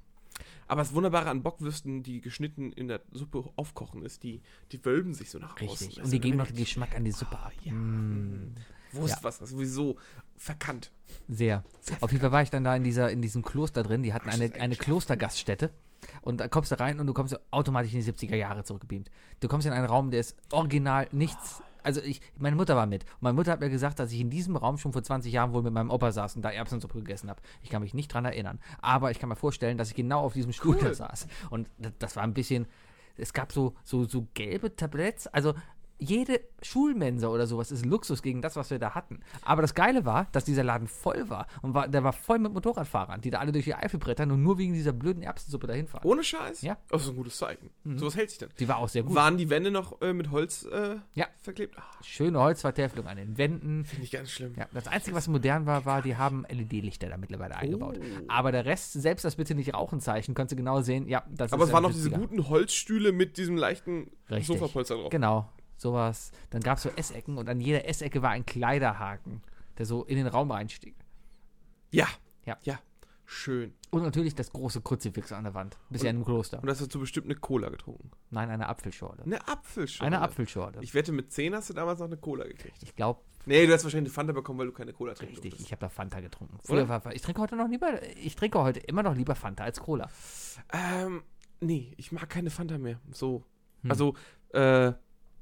Aber das Wunderbare an Bockwürsten, die geschnitten in der Suppe aufkochen, ist, die, die wölben sich so nach außen. Richtig. Weißt Und du, die geben dann noch den Geschmack an die Suppe ab. Mm. Wurstwasser, sowieso verkannt. Sehr. Auf jeden Fall war ich dann da in, dieser, in diesem Kloster drin. Die hatten eine, eine Klostergaststätte. Und da kommst du rein und du kommst automatisch in die 70er Jahre zurückgebeamt. Du kommst in einen Raum, der ist original nichts. Also ich, meine Mutter war mit. Und meine Mutter hat mir gesagt, dass ich in diesem Raum schon vor 20 Jahren wohl mit meinem Opa saß und da Erbsensuppe gegessen habe. Ich kann mich nicht dran erinnern. Aber ich kann mir vorstellen, dass ich genau auf diesem Stuhl da saß. Und das, das war ein bisschen, es gab so, so, so gelbe Tabletts. Also jede Schulmensa oder sowas ist Luxus gegen das, was wir da hatten. Aber das Geile war, dass dieser Laden voll war. Und war, der war voll mit Motorradfahrern, die da alle durch die Eifel brettern und nur wegen dieser blöden Erbsensuppe dahin fahren. Ohne Scheiß? Ja. Mhm. Das ist ein gutes Zeichen. Sowas hält sich dann. Die war auch sehr gut. Waren die Wände noch äh, mit Holz äh, Ja. verklebt? Ah, Schöne Holzvertäfelung an den Wänden. Nicht ganz schlimm. Ja, das Einzige, was modern war, war, die haben LED-Lichter da mittlerweile eingebaut. Oh. Aber der Rest, selbst das bitte nicht rauchen Zeichen, konntest du genau sehen, ja, das Aber ist es waren ja noch diese 70er. guten Holzstühle mit diesem leichten Richtig. Sofapolster drauf. Genau, sowas. Dann gab es so Essecken und an jeder Essecke war ein Kleiderhaken, der so in den Raum reinstieg. Ja. Ja. Ja. Schön. Und natürlich das große Kruzifix an der Wand. Bis ja in einem Kloster. Und hast dazu bestimmt eine Cola getrunken. Nein, eine Apfelschorle. Eine Apfelschorle. Eine Apfelschorle. Ich, Ich wette, mit 10 hast du damals noch eine Cola gekriegt. glaube, Nee, du hast wahrscheinlich eine Fanta bekommen, weil du keine Cola trinken richtig. durftest. Ich habe da Fanta getrunken. Früher war, ich trinke heute noch lieber, ich trinke heute immer noch lieber Fanta als Cola. Ähm, nee, ich mag keine Fanta mehr. So. Hm. Also, äh,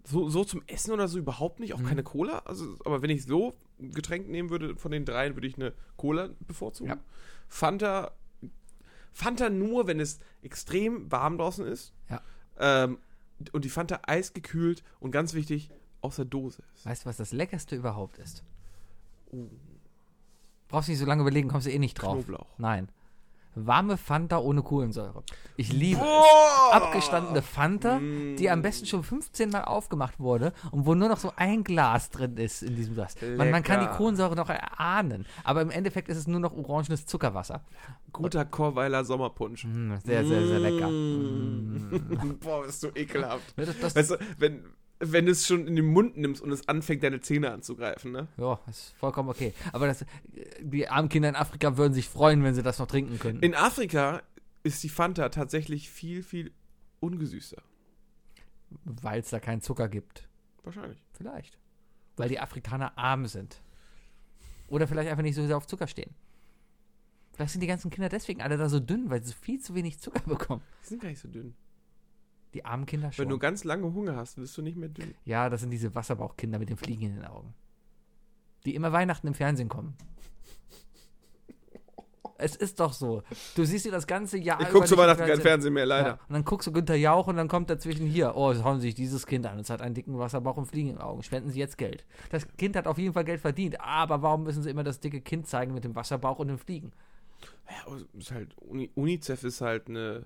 so, so zum Essen oder so überhaupt nicht. Auch Hm. keine Cola. Also, aber wenn ich so ein Getränk nehmen würde, von den dreien würde ich eine Cola bevorzugen. Ja. Fanta. Fanta nur, wenn es extrem warm draußen ist. Ja. Ähm, und die Fanta eisgekühlt und ganz wichtig, aus der Dose ist. Weißt du, was das leckerste überhaupt ist? Uh. Brauchst nicht so lange überlegen, kommst du eh nicht drauf. Knoblauch. Nein. Warme Fanta ohne Kohlensäure. Ich liebe Oh! es. Abgestandene Fanta, die am Mm. besten schon 15 Mal aufgemacht wurde und wo nur noch so ein Glas drin ist in diesem Glas. Man, man kann die Lecker. Kohlensäure noch erahnen, aber im Endeffekt ist es nur noch orangenes Zuckerwasser. Guter Korweiler Sommerpunsch. Mm, Sehr, sehr, sehr lecker. Mm. Mhm. Mhm. Boah, ist so ekelhaft. Ja, Das, das, Weißt du, wenn, wenn du es schon in den Mund nimmst und es anfängt, deine Zähne anzugreifen, ne? ja, ist vollkommen okay. Aber das, äh, die armen Kinder in Afrika würden sich freuen, wenn sie das noch trinken könnten. In Afrika ist die Fanta tatsächlich viel, viel ungesüßer. Weil es da keinen Zucker gibt. Wahrscheinlich. Vielleicht. Weil die Afrikaner arm sind. Oder vielleicht einfach nicht so sehr auf Zucker stehen. Vielleicht sind die ganzen Kinder deswegen alle da so dünn, weil sie viel zu wenig Zucker bekommen. Die sind gar nicht so dünn. Die armen Kinder Wenn du schon. ganz lange Hunger hast, wirst du nicht mehr dünn. Ja, das sind diese Wasserbauchkinder mit den Fliegen in den Augen. Die immer Weihnachten im Fernsehen kommen. Es ist doch so. Du siehst dir das ganze Jahr. Ich Ah, über guck zu nicht im Weihnachten kein Fernsehen mehr, leider. Ja, und dann guckst du Günther Jauch und dann kommt dazwischen hier, oh, es hauen sich dieses Kind an. Es hat einen dicken Wasserbauch und Fliegen in den Augen. Spenden Sie jetzt Geld. Das Kind hat auf jeden Fall Geld verdient, aber warum müssen Sie immer das dicke Kind zeigen mit dem Wasserbauch und den Fliegen? Ja, aber es ist halt, Uni- UNICEF ist halt eine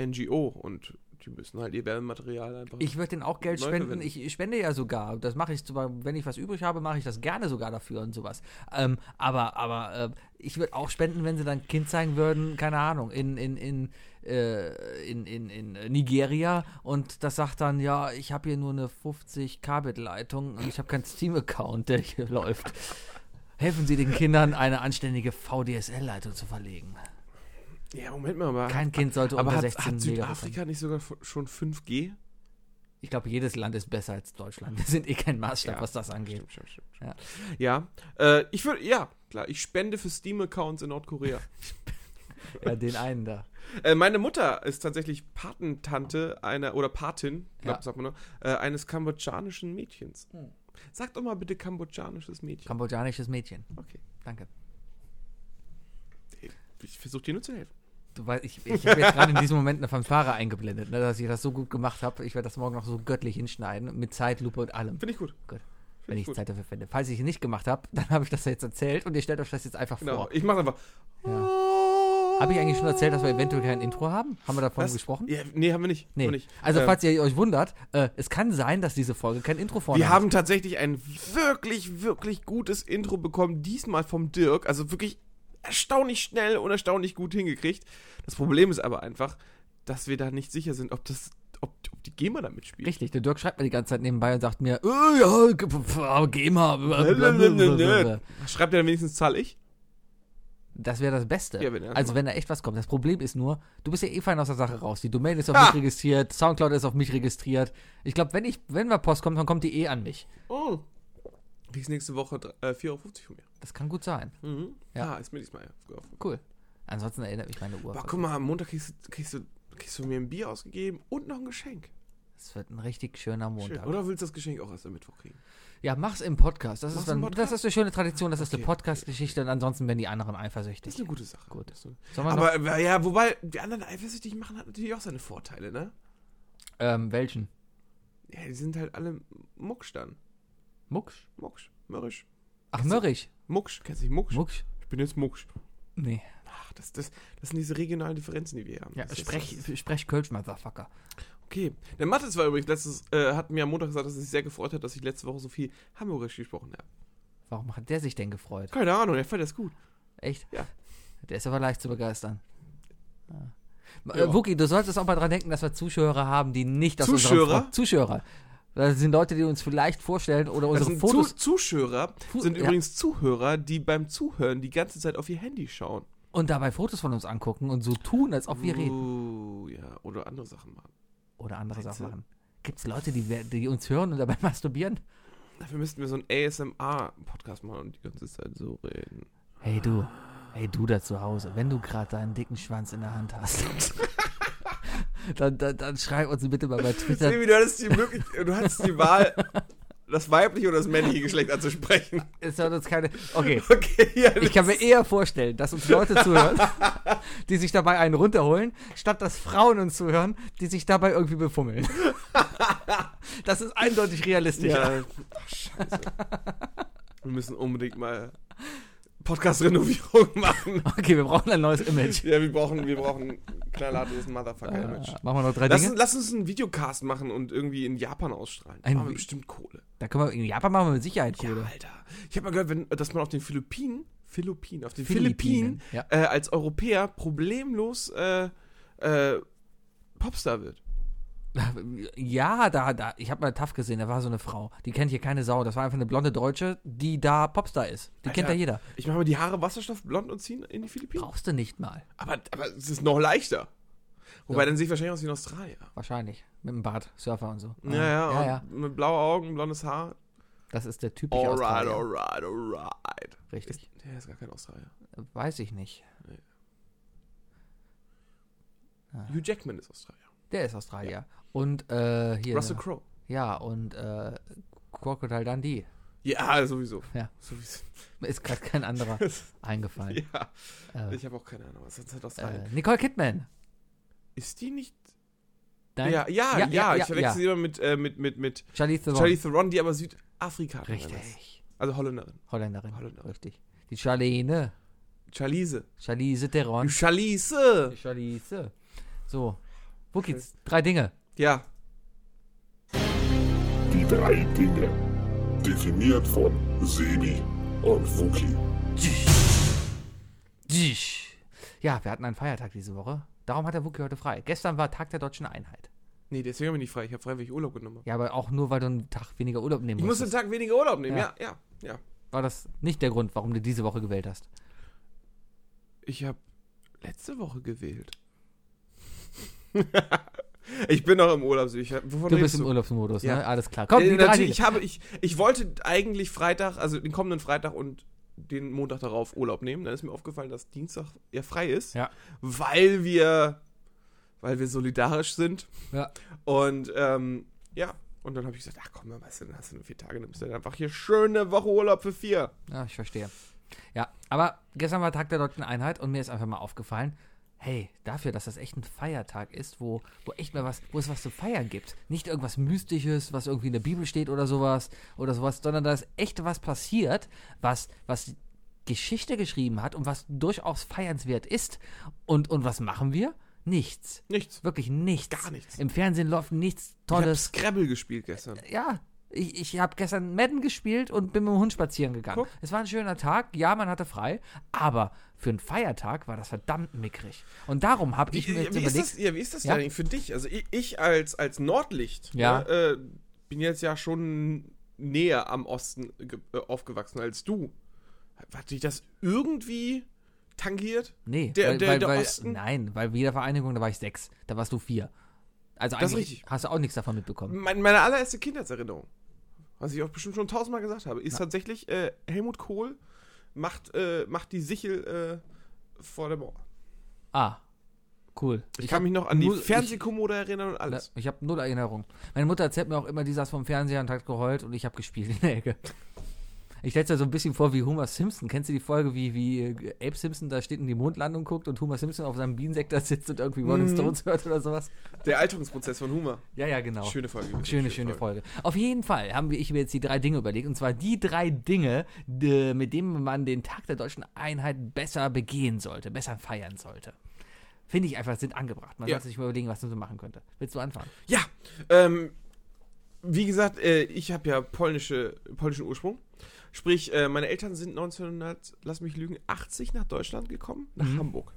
NGO und die müssen halt ihr Werbematerial einfach. Ich würde denen auch Geld Neu spenden. verwenden. Ich spende ja sogar. Das mache ich, sogar, wenn ich was übrig habe, mache ich das gerne sogar dafür und sowas. Ähm, aber aber äh, ich würde auch spenden, wenn sie dann ein Kind zeigen würden, keine Ahnung, in, in, in, äh, in, in, in Nigeria und das sagt dann, ja, ich habe hier nur eine 50 Kabelleitung und ich habe keinen Steam-Account, der hier läuft. Helfen Sie den Kindern, eine anständige VDSL-Leitung zu verlegen. ja, Moment mal, aber. Kein Kind sollte aber unter hat, 16 hat Megabit sein. Südafrika nicht sogar f- schon 5G? Ich glaube, jedes Land ist besser als Deutschland. Wir sind eh kein Maßstab, was das angeht. Stimmt, stimmt, stimmt, stimmt. Ja, äh, ich würde, ja, klar, ich spende für Steam-Accounts in Nordkorea. Ja, den einen da. äh, meine Mutter ist tatsächlich Patentante einer, oder Patin, glaub, Ja. Hm. sagt man nur, äh, eines kambodschanischen Mädchens. Sag doch mal bitte kambodschanisches Mädchen. Kambodschanisches Mädchen. okay. Danke. Ich versuche dir nur zu helfen. Du weißt, ich, ich habe jetzt gerade in diesem Moment eine Fanfare eingeblendet, ne, dass ich das so gut gemacht habe. Ich werde das morgen noch so göttlich hinschneiden, mit Zeitlupe und allem, Finde ich gut. wenn ich gut. Zeit dafür finde. Falls ich es nicht gemacht habe, dann habe ich das jetzt erzählt und ihr stellt euch das jetzt einfach Genau. vor. Ich mache einfach. Oh. Habe ich eigentlich schon erzählt, dass wir eventuell kein Intro haben? Haben wir davon Was? gesprochen? Ja, nee, haben wir nicht. Haben wir nicht. Also, Ähm, falls ihr euch wundert, äh, es kann sein, dass diese Folge kein Intro vorne Wir hat. haben tatsächlich ein wirklich, wirklich gutes Intro bekommen, diesmal vom Dirk. Also wirklich erstaunlich schnell und erstaunlich gut hingekriegt. Das Problem ist aber einfach, dass wir da nicht sicher sind, ob das, ob, ob die GEMA da mitspielt. Richtig, der Dirk schreibt mir die ganze Zeit nebenbei und sagt mir, äh, ja, g- pf- pf- GEMA. äh, Nö, nö, nö, nö, blablabla. nö. Schreibt er dann wenigstens Zahl ich? Das wäre das Beste. Ja, wenn er das also macht. wenn da echt was kommt. Das Problem ist nur, du bist ja eh fein aus der Sache raus. Die Domain ist auf Ah. mich registriert, Soundcloud ist auf mich registriert. Ich glaube, wenn ich, wenn mal Post kommt, dann kommt die eh an mich. Oh. Kriegst nächste Woche äh, 4,50 Euro von mir. Das kann gut sein. Mhm. Ja. Ja. Ah, ist mir diesmal aufgeworfen. Cool. Ansonsten erinnert mich meine Uhr. Boah, guck mal, am Montag kriegst du, kriegst, du, kriegst du mir ein Bier ausgegeben und noch ein Geschenk. Es wird ein richtig schöner Schön. Montag. Oder willst du das Geschenk auch erst am Mittwoch kriegen? Ja, mach's im Podcast. Das, Mach's ist, dann, im Podcast? das ist eine schöne Tradition. Das ist eine Okay. Podcast-Geschichte. Und ansonsten werden die anderen Das eifersüchtig. ist eine gute Sache. Gut. Das ist eine- Sollen wir noch, Aber äh, ja, wobei, die anderen eifersüchtig machen hat natürlich auch seine Vorteile, ne? ähm, welchen? Ja, die sind halt alle Mucksch dann. Mucksch? Mucksch, mürrisch. Ach, Mörrich. Mucksch, kennst du nicht Mucksch? Mucksch? Ich bin jetzt Mucksch. Nee. Ach, das, das, das sind diese regionalen Differenzen, die wir haben. Ja, das ist- sprech, sprech Kölsch, Motherfucker. Okay. Der Mathis war übrigens letztes, äh, hat mir am Montag gesagt, dass er sich sehr gefreut hat, dass ich letzte Woche so viel Hamburgisch gesprochen habe. Warum hat der sich denn gefreut? Keine Ahnung, er fand das gut. Echt? Ja. Der ist aber leicht zu begeistern. Ja. Ja. Äh, Wookie, du solltest auch mal dran denken, dass wir Zuschauer haben, die nicht aus Zuschauer? unserem Fra- Zuschauer. Das sind Leute, die uns vielleicht vorstellen oder Das unsere sind Fotos Zu Zuschauer, Fu- sind ja. übrigens Zuhörer, die beim Zuhören die ganze Zeit auf ihr Handy schauen. und dabei Fotos von uns angucken und so tun, als ob wir reden Uh, ja, oder andere Sachen machen. oder andere Meinst Sachen du? machen. Gibt es Leute, die, wer- die uns hören und dabei masturbieren? Dafür müssten wir so einen ASMR-Podcast machen und die ganze Zeit so reden. Hey du, hey du da zu Hause, wenn du gerade deinen dicken Schwanz in der Hand hast, dann, dann, dann schreib uns bitte mal bei Twitter Sebi, du hattest die Möglichkeit, du hattest die Wahl, das weibliche oder das männliche Geschlecht anzusprechen. Es hört uns keine. Okay. Okay, ja, Ich kann mir eher vorstellen, dass uns Leute zuhören, die sich dabei einen runterholen, statt dass Frauen uns zuhören, die sich dabei irgendwie befummeln. Das ist eindeutig realistisch. Ja. Ach, scheiße. Wir müssen unbedingt mal Podcast-Renovierung machen. Okay, wir brauchen ein neues Image. Ja, wir brauchen, wir brauchen ein knallhartes Motherfucker-Image. Äh, machen wir noch drei Lass, Dinge. uns- lass uns einen Videocast machen und irgendwie in Japan ausstrahlen. Ein Ein machen wir Vi- bestimmt Kohle. Da können wir in Japan machen wir mit Sicherheit Ja, Kohle. Alter. Ich habe mal gehört, wenn, dass man auf den Philippinen, Philippinen, auf den Philippinen, Philippinen, ja. äh, als Europäer problemlos äh, äh, Popstar wird. Ja, da, da, ich habe mal TAF gesehen, da war so eine Frau. Die kennt hier keine Sau. Das war einfach eine blonde Deutsche, die da Popstar ist. Die kennt da Alter. jeder. Ich mache mir die Haare wasserstoffblond und ziehen in die Philippinen. Brauchst du nicht mal. Aber, aber es ist noch leichter. Wobei, Ja. dann sehe ich wahrscheinlich aus wie ein Australier. Wahrscheinlich. Mit dem Bart, Surfer und so. Ja, ja, ja, und ja. Mit blauen Augen, blondes Haar. Das ist der typische Alright, Australier. alright, alright. Richtig. Ist, der ist gar kein Australier. Weiß ich nicht. Hugh Jackman ist Australier. Der ist Australier. Und äh, hier. Russell Crowe. ja, und äh, Crocodile Dundee. Ja, sowieso. Ja. Sowieso. Mir ist gerade kein anderer eingefallen. Ja, Äh, ich habe auch keine Ahnung, was ist halt Australien. äh, Nicole Kidman. Ist die nicht. Nein? Ja, ja, Ja, ja, ja, ja, ich verwechsel sie immer mit, äh, mit, mit, mit Charlize Theron. Charlie Theron, die aber Südafrikanerin ist. Richtig. Also Holländerin. Holländerin. Holländerin. Richtig. Die Charlene. Charlize. Charlize Theron. Charlize! Die Charlize. So. Wo geht's? Drei Dinge. Ja, Die drei Dinge. Definiert von Sebi und Wookie. Ja, wir hatten einen Feiertag diese Woche. Darum hat der Wookie heute frei. Gestern war Tag der deutschen Einheit. nee, deswegen habe ich nicht frei. Ich habe freiwillig Urlaub genommen. Ja, aber auch nur, weil du einen Tag weniger Urlaub nehmen Ich muss den musstest. Tag weniger Urlaub nehmen, Ja. ja, ja, ja. War das nicht der Grund, warum du diese Woche gewählt hast? Ich habe letzte Woche gewählt. ich bin noch im Urlaub. Ich, hab- wovon Du redest bist im Urlaubsmodus, Ja. ne? Alles klar. Komm, Äh, die drei natürlich, Dinge. ich, habe, ich, ich wollte eigentlich Freitag, also den kommenden Freitag und den Montag darauf Urlaub nehmen. Dann ist mir aufgefallen, dass Dienstag ja frei ist, Ja. weil wir weil wir solidarisch sind. Ja. Und ähm, ja, und dann habe ich gesagt, ach komm, dann weißt du, dann hast du nur vier Tage, nimmst du dann einfach hier schöne Woche Urlaub für vier. Ja, ich verstehe. Ja, aber gestern war Tag der Deutschen Einheit und mir ist einfach mal aufgefallen, hey, dafür, dass das echt ein Feiertag ist, wo, wo echt mal was, wo es was zu feiern gibt. Nicht irgendwas Mystisches, was irgendwie in der Bibel steht oder sowas oder sowas, sondern da ist echt was passiert, was, was Geschichte geschrieben hat und was durchaus feiernswert ist. Und, und was machen wir? Nichts. Nichts. Wirklich nichts. Gar nichts. Im Fernsehen läuft nichts Ich habe Tolles. Scrabble gespielt gestern. ja, ich, ich habe gestern Madden gespielt und bin mit dem Hund spazieren gegangen. Guck. Es war ein schöner Tag, ja, man hatte frei, aber für einen Feiertag war das verdammt mickrig. Und darum habe ich mir Wie- jetzt wie, ist überlegt, das, ja, wie ist das Ja. denn für dich? Also ich, ich als, als Nordlicht Ja. ne, äh, bin jetzt ja schon näher am Osten ge- äh, aufgewachsen als du. Hat dich das irgendwie tangiert? Nee, Der- weil, der- weil, der weil, Osten? Nein, weil bei jeder Vereinigung, da war ich sechs, da warst du vier. Also Das ist eigentlich richtig. hast du auch nichts davon mitbekommen. Mein, meine allererste Kindheitserinnerung, was ich auch bestimmt schon tausendmal gesagt habe, ist tatsächlich äh, Helmut Kohl macht, äh, macht die Sichel äh, vor der Mauer. Ah, cool. Ich, kann mich noch an die nur- ich- Fernsehkommode erinnern und Na, alles. Ne, Ich habe null Erinnerung. Meine Mutter erzählt mir auch immer, die saß vom Fernseher und hat geheult und ich habe gespielt in der Ecke. Ich stelle mir so ein bisschen vor wie Homer Simpson. Kennst du die Folge, wie, wie äh, Abe Simpson da steht und die Mondlandung guckt und Homer Simpson auf seinem Bienensektor sitzt und irgendwie Mhm. Rolling Stones hört oder sowas? Der Alterungsprozess von Humor. Ja, ja, genau. Schöne Folge. übrigens. Schöne, schöne Folge. Auf jeden Fall haben wir, ich mir jetzt die drei Dinge überlegt. Und zwar die drei Dinge, d- mit denen man den Tag der deutschen Einheit besser begehen sollte, besser feiern sollte. Finde ich einfach, sind angebracht. Man Ja. sollte sich mal überlegen, was man so machen könnte. Willst du anfangen? Ja, ähm, wie gesagt, äh, ich habe ja polnische, polnischen Ursprung. Sprich, äh, meine Eltern sind 1900, lass mich lügen, 80 nach Deutschland gekommen, nach Mhm. Hamburg.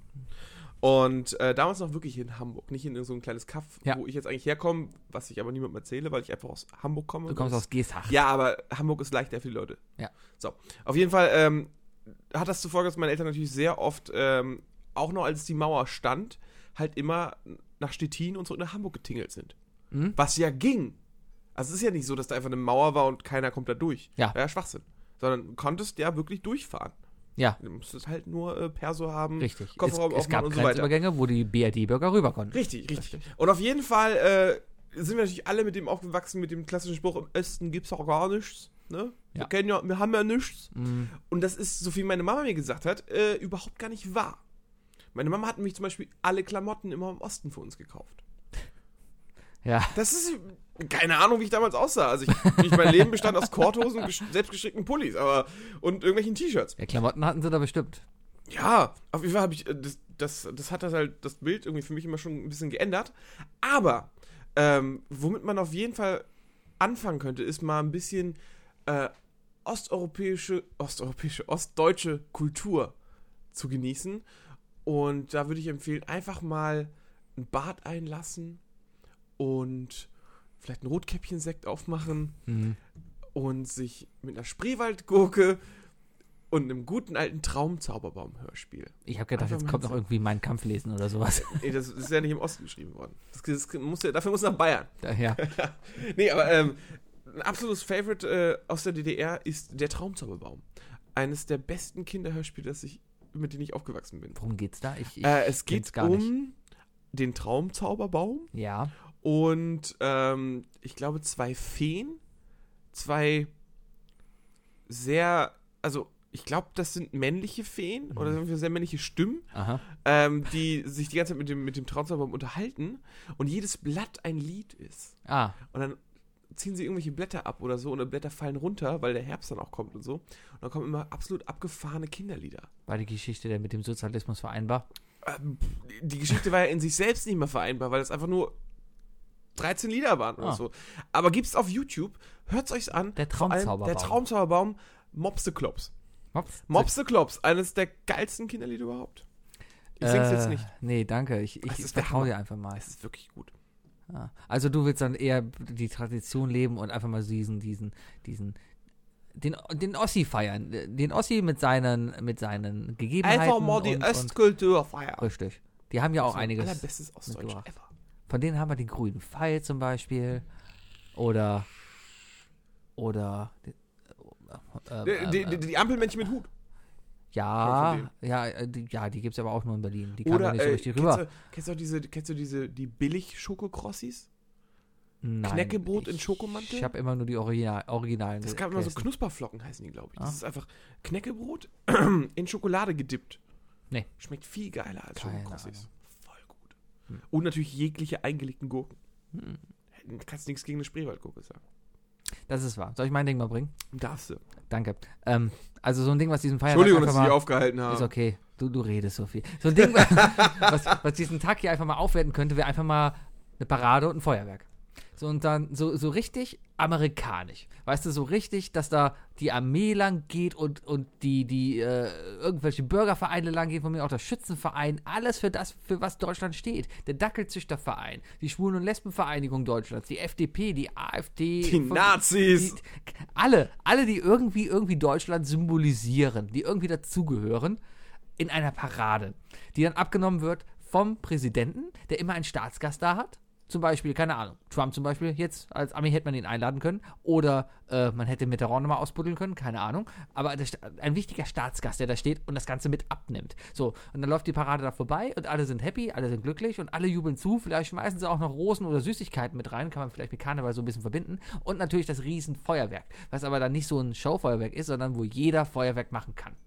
Und äh, damals noch wirklich in Hamburg, nicht in so ein kleines Kaff, Ja. wo ich jetzt eigentlich herkomme, was ich aber niemandem erzähle, weil ich einfach aus Hamburg komme. Du kommst Das- aus Geestach. ja, aber Hamburg ist leichter für die Leute. Ja. So, auf jeden Fall ähm, hat das zur Folge, dass meine Eltern natürlich sehr oft, ähm, auch noch als die Mauer stand, halt immer nach Stettin und zurück nach Hamburg getingelt sind. Mhm. Was ja ging. Also es ist ja nicht so, dass da einfach eine Mauer war und keiner kommt da durch. Ja. War ja Schwachsinn. Sondern du konntest ja wirklich durchfahren. Ja. Du musstest halt nur äh, Perso haben, Richtig. Es, Kofferraum es aufmachen gab und so weiter. Grenzübergänge, wo die BRD-Bürger rüber konnten. Richtig, richtig. Und auf jeden Fall äh, sind wir natürlich alle mit dem aufgewachsen, mit dem klassischen Spruch, im Osten gibt's auch gar nichts. Ne? Ja. Wir kennen ja, wir haben ja nichts. Mm, Und das ist, so viel meine Mama mir gesagt hat, äh, überhaupt gar nicht wahr. Meine Mama hat nämlich zum Beispiel alle Klamotten immer im Osten für uns gekauft. Ja. Das ist keine Ahnung, wie ich damals aussah. Also ich, ich mein Leben bestand aus Korthosen und gesch- selbstgestrickten Pullis, aber und irgendwelchen T-Shirts. ja, Klamotten hatten sie da bestimmt. Ja, auf jeden Fall habe ich äh, das, das, das hat das halt das Bild irgendwie für mich immer schon ein bisschen geändert. Aber ähm, womit man auf jeden Fall anfangen könnte, ist mal ein bisschen äh, osteuropäische, osteuropäische, ostdeutsche Kultur zu genießen. Und da würde ich empfehlen, einfach mal ein Bad einlassen und vielleicht einen Rotkäppchensekt aufmachen Hm. und sich mit einer Spreewaldgurke und einem guten alten Traumzauberbaum-Hörspiel. Ich habe gedacht, Einfach jetzt mal kommt noch so- irgendwie mein Kampf lesen oder sowas. Ey, das ist ja nicht im Osten geschrieben worden. Das, das muss ja, dafür muss nach Bayern. ja. Nee, aber ähm, ein absolutes Favorite äh, aus der DDR ist Der Traumzauberbaum. Eines der besten Kinderhörspiele, das ich, mit denen ich aufgewachsen bin. Worum geht's da? Ich, ich Äh, es kenn's geht um den Traumzauberbaum Ja. und ähm, ich glaube zwei Feen, zwei sehr, also ich glaube, das sind männliche Feen oder Mhm. sind sehr männliche Stimmen Aha. ähm, die sich die ganze Zeit mit dem, mit dem Traumzauberbaum unterhalten und jedes Blatt ein Lied ist. Ah, Und dann ziehen sie irgendwelche Blätter ab oder so und die Blätter fallen runter, weil der Herbst dann auch kommt und so. Und dann kommen immer absolut abgefahrene Kinderlieder. war die Geschichte der mit dem Sozialismus vereinbar? Ähm, die Geschichte war ja in sich selbst nicht mehr vereinbar, weil das einfach nur 13 Lieder waren oder Ah. so. Aber gibt's auf YouTube, hört's euch's an. Der Vor allem Traumzauberbaum. Der Traumzauberbaum Mops the Klops. Mops. Mops the Klops, eines der geilsten Kinderlieder überhaupt. Ich Äh, sing's jetzt nicht. Nee, danke. Ich, Das ich ist der vertraue dir Hammer. einfach mal. Es ist wirklich gut. Ah. Also du willst dann eher die Tradition leben und einfach mal diesen, diesen, diesen, den, den Ossi feiern. Den Ossi mit seinen, mit seinen Gegebenheiten. Einfach mal und- die und- Östkultur feiern. Richtig. Die haben ja auch Das war einiges. Ähm, Allerbestes Ostdeutsch mitgebracht. ever. Von denen haben wir den grünen Pfeil zum Beispiel. Oder. Oder. äh, Die, äh, die, die, die Ampelmännchen mit Hut. ja, von ja, äh, die, ja, die gibt es aber auch nur in Berlin. Die kann man Oder, nicht so äh, richtig kennst, rüber. du, kennst du auch diese, kennst du diese, die Billig-Schokokrossis? Nein, Knäckebrot in ich- Schokomantel? Ich habe immer nur die Original, Originalen. Das gab immer so gegessen. Knusperflocken, heißen die, glaube ich. Das Äh, Ah. ist einfach Knäckebrot in Schokolade gedippt. Nee. Schmeckt viel geiler als Keine Schokokrossis. Ahnung. Voll gut. Und natürlich jegliche eingelegten Gurken. Hm. Kannst nichts gegen eine Spreewaldgurke sagen. Das ist wahr. Soll ich mein Ding mal bringen? Darfst du. Danke. Ähm, also so ein Ding, was diesen Feiertag Entschuldigung, einfach dass ich dich mal... aufgehalten Ist habe. okay. Du, du redest so viel. So ein Ding, was, was diesen Tag hier einfach mal aufwerten könnte, wäre einfach mal eine Parade und ein Feuerwerk. So und dann so, so richtig amerikanisch. Weißt du, so richtig, dass da die Armee lang geht und, und die, die äh, irgendwelche Bürgervereine lang gehen, von mir auch der Schützenverein, alles für das, für was Deutschland steht. Der Dackelzüchterverein, die Schwulen- und Lesbenvereinigung Deutschlands, die FDP, die AfD. Die Nazis. Die, alle, alle, die irgendwie, irgendwie Deutschland symbolisieren, die irgendwie dazugehören, in einer Parade, die dann abgenommen wird vom Präsidenten, der immer einen Staatsgast da hat. Zum Beispiel, keine Ahnung, Trump zum Beispiel, jetzt als Ami hätte man ihn einladen können. Oder äh, man hätte Mitterrand nochmal ausbuddeln können, keine Ahnung. Aber der, Sta- ein wichtiger Staatsgast, der da steht und das Ganze mit abnimmt. So, und dann läuft die Parade da vorbei und alle sind happy, alle sind glücklich und alle jubeln zu. Vielleicht schmeißen sie auch noch Rosen oder Süßigkeiten mit rein, kann man vielleicht mit Karneval so ein bisschen verbinden. Und natürlich das Riesenfeuerwerk, was aber dann nicht so ein Showfeuerwerk ist, sondern wo jeder Feuerwerk machen kann.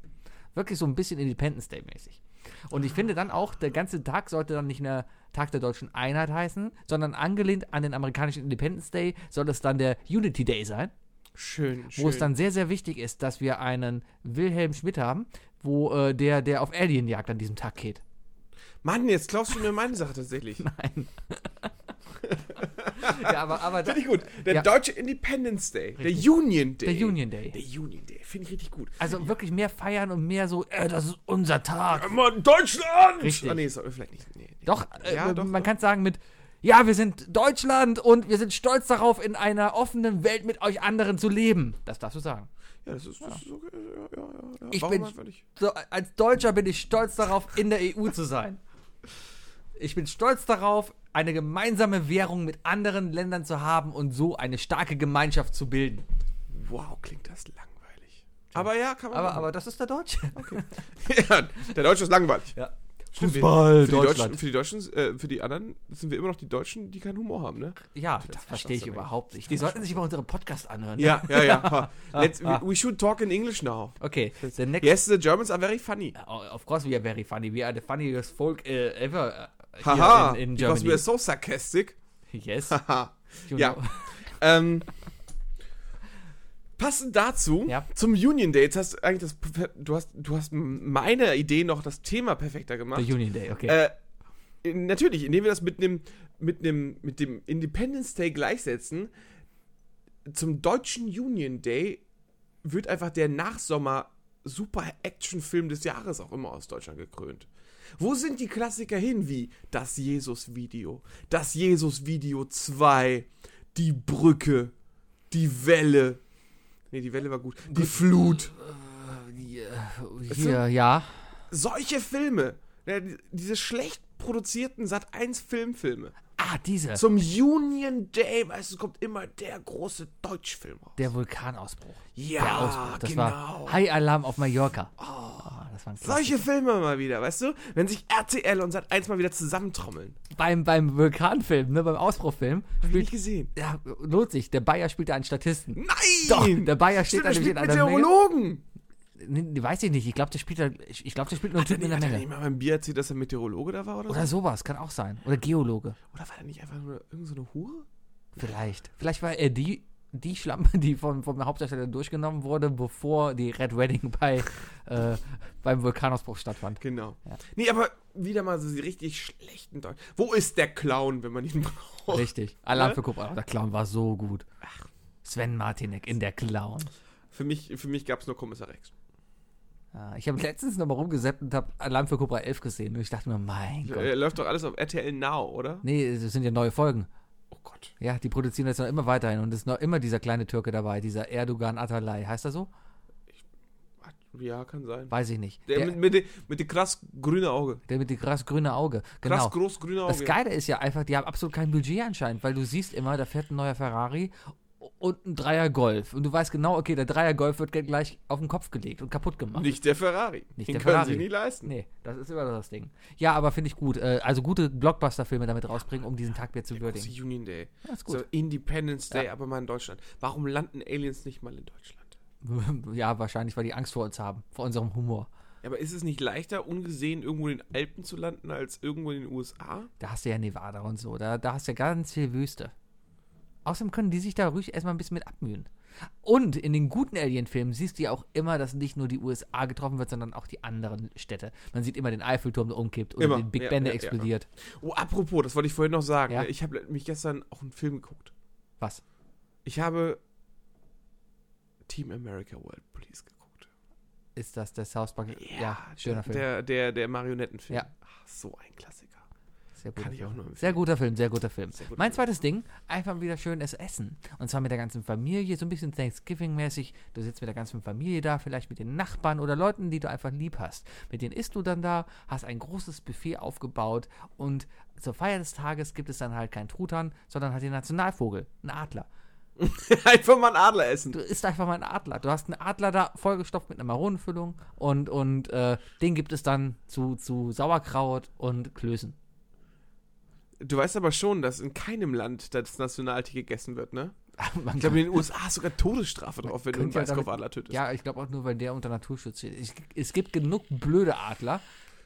Wirklich so ein bisschen Independence Day mäßig. Und ich finde dann auch, der ganze Tag sollte dann nicht mehr Tag der deutschen Einheit heißen, sondern angelehnt an den amerikanischen Independence Day soll es dann der Unity Day sein, Schön, schön. wo es dann sehr, sehr wichtig ist, dass wir einen Wilhelm Schmidt haben, wo äh, der, der auf Alienjagd an diesem Tag geht. Mann, jetzt klaust du mir meine Sache tatsächlich. Ja, aber, aber da, Finde ich gut. Der Ja. deutsche Independence Day. Richtig. Der Union Day. der Union Day. Der Union Day. Finde ich richtig gut. Also wirklich mehr feiern und mehr so, äh, das ist unser Tag. Mann, Deutschland! Richtig. Ah, nee, soll, vielleicht nicht. Nee, nee. Doch, äh, Ja, doch, man doch. kann es sagen mit, ja, wir sind Deutschland und wir sind stolz darauf, in einer offenen Welt mit euch anderen zu leben. Das darfst du sagen. Ja, das ist, das ist okay. Ja, ja, ja, ja. Ich Warum bin- einfach nicht? So, als Deutscher bin ich stolz darauf, in der EU zu sein. Ich bin stolz darauf, eine gemeinsame Währung mit anderen Ländern zu haben und so eine starke Gemeinschaft zu bilden. Wow, klingt das langweilig. Aber ja, kann man. Aber, machen. aber das ist der Deutsche. ja, der Deutsche ist langweilig. Ja. Stimmt, wir- Fußball, für die Deutschland. Deutschen, für die Deutschen, äh, für die anderen sind wir immer noch die Deutschen, die keinen Humor haben, ne? Ja, das verstehe ich verstehst du überhaupt nicht. Die sollten sich mal unseren Podcast anhören. ne? Ja, ja, ja. Ah, Ha. Let's, we, we should talk in English now. Okay, the next. Oh, Yes, the Germans are very funny. Of course we are very funny. We are the funniest folk äh, ever äh, here Haha, in, in because we Germany. are so sarcastic. Yes. Haha. you Ja. know. ähm, passend dazu, Ja. zum Union Day, jetzt hast du eigentlich das, perfe- du hast, du hast meiner Idee noch das Thema perfekter gemacht. The Union Day, okay. Äh, in- natürlich, indem wir das mit einem mit einem mit dem Independence Day gleichsetzen, zum deutschen Union Day wird einfach der Nachsommer Super Actionfilm des Jahres auch immer aus Deutschland gekrönt. Wo sind die Klassiker hin wie das Jesus Video, das Jesus Video 2, die Brücke, die Welle. Nee, die Welle war gut. Die Flut. Äh, Hier, ja. Solche Filme, Ja, die- diese schlecht produzierten Sat1 Filmfilme. Ah, diese. Zum Union Day, weißt du, kommt immer der große Deutschfilm raus. Der Vulkanausbruch. ja, der Ausbruch. Das genau. war High Alarm auf Mallorca. Oh, das war ein Klassiker. Solche Filme mal wieder, weißt du? Wenn sich RTL und Sat1 mal wieder zusammentrommeln. Beim, beim Vulkanfilm, ne, beim Ausbruchfilm, Hab ich nicht spielt, gesehen. ja, lohnt sich. Der Bayer spielt da einen Statisten. Nein! Doch, der Bayer steht Stimmt, der da nämlich in spielt einer Menge. Meteorologen. Nee, nee, weiß ich nicht. Ich glaube, der spielt da, ich ich glaube, der spielt nur ein Typ mit Hat einer er nicht Menge. mal beim Bier erzählt, dass er Meteorologe da war oder, Oder so? sowas, kann auch sein. Oder Geologe. Oder war er nicht einfach nur irgendeine so eine Hure? Vielleicht. Vielleicht war er die, die Schlampe, die vom, vom Hauptdarsteller durchgenommen wurde, bevor die Red Wedding bei, äh, beim Vulkanausbruch stattfand. Genau. Nee, aber wieder mal so die richtig schlechten Deutsch. Wo ist der Clown, wenn man ihn braucht? Richtig. Alarm Ne? für Cobra. Der Clown war so gut. Sven Martinek in der Clown. Für mich, für mich gab es nur Kommissar Rex. Ah, Ich habe letztens nochmal rumgesappt und habe Alarm für Cobra 11 gesehen. Und ich dachte mir, mein Gott. Äh, Läuft doch alles auf RTL Now, oder? Nee, es sind ja neue Folgen. Oh Gott. Ja, die produzieren das noch immer weiterhin. Und es ist noch immer dieser kleine Türke dabei, dieser Erdogan Atalay. Heißt er so? Ja, kann sein. Weiß ich nicht. Der, Der, mit, mit, dem- mit dem krass grünen Auge. der mit dem krass grünen Auge. Krass Genau. groß grüne Auge. Das Geile ist ja einfach, die haben absolut kein Budget anscheinend, weil du siehst immer, da fährt ein neuer Ferrari und ein Dreier Golf. Und du weißt genau, okay, der Dreier Golf wird gleich auf den Kopf gelegt und kaputt gemacht. Nicht der Ferrari. Nicht Den der können Ferrari. sie nie leisten. Nee, das ist immer das Ding. Ja, aber finde ich gut. Äh, Also gute Blockbuster-Filme damit rausbringen, um diesen Tag wieder zu Das würdigen. ist Union Day. Das ist So gut. Independence Day, aber mal in Deutschland. Warum landen Aliens nicht mal in Deutschland? Ja, wahrscheinlich, weil die Angst vor uns haben, vor unserem Humor. Ja, Aber ist es nicht leichter, ungesehen irgendwo in den Alpen zu landen, als irgendwo in den USA? Da hast du ja Nevada und so. Da, da hast du ja ganz viel Wüste. Außerdem können die sich da ruhig erstmal ein bisschen mit abmühen. Und in den guten Alien-Filmen siehst du ja auch immer, dass nicht nur die USA getroffen wird, sondern auch die anderen Städte. Man sieht immer den Eiffelturm, der umkippt oder Immer. den Big Ja, Ben, der ja, ja, ja. explodiert. Oh, apropos, das wollte ich vorhin noch sagen. Ja. ne? Ich habe mich gestern auch einen Film geguckt. Was? Ich habe Team America World Police geguckt. Ist das der South Park? Ja, schöner Film. Der, der, der Marionettenfilm. Ja. Ach, so ein Klassiker. Sehr guter Kann ich Film. auch nur empfehlen. Sehr guter Film, sehr guter Film. Sehr guter mein zweites Ding, einfach wieder schönes Essen. Und zwar mit der ganzen Familie, so ein bisschen Thanksgiving-mäßig. Du sitzt mit der ganzen Familie da, vielleicht mit den Nachbarn oder Leuten, die du einfach lieb hast. Mit denen isst du dann da, hast ein großes Buffet aufgebaut und zur Feier des Tages gibt es dann halt keinen Truthahn, sondern halt den Nationalvogel, einen Adler. Einfach mal einen Adler essen. Du isst einfach mal einen Adler. Du hast einen Adler da vollgestopft mit einer Maronenfüllung und, und äh, den gibt es dann zu, zu Sauerkraut und Klößen. Du weißt aber schon, dass in keinem Land das Nationaltier gegessen wird, ne? Man Ich glaube, in den USA ist sogar Todesstrafe drauf, wenn du einen Könnte ja damit- Weißkopfadler tötest. Ja, ich glaube auch nur, weil der unter Naturschutz steht. Ich, es gibt genug blöde Adler.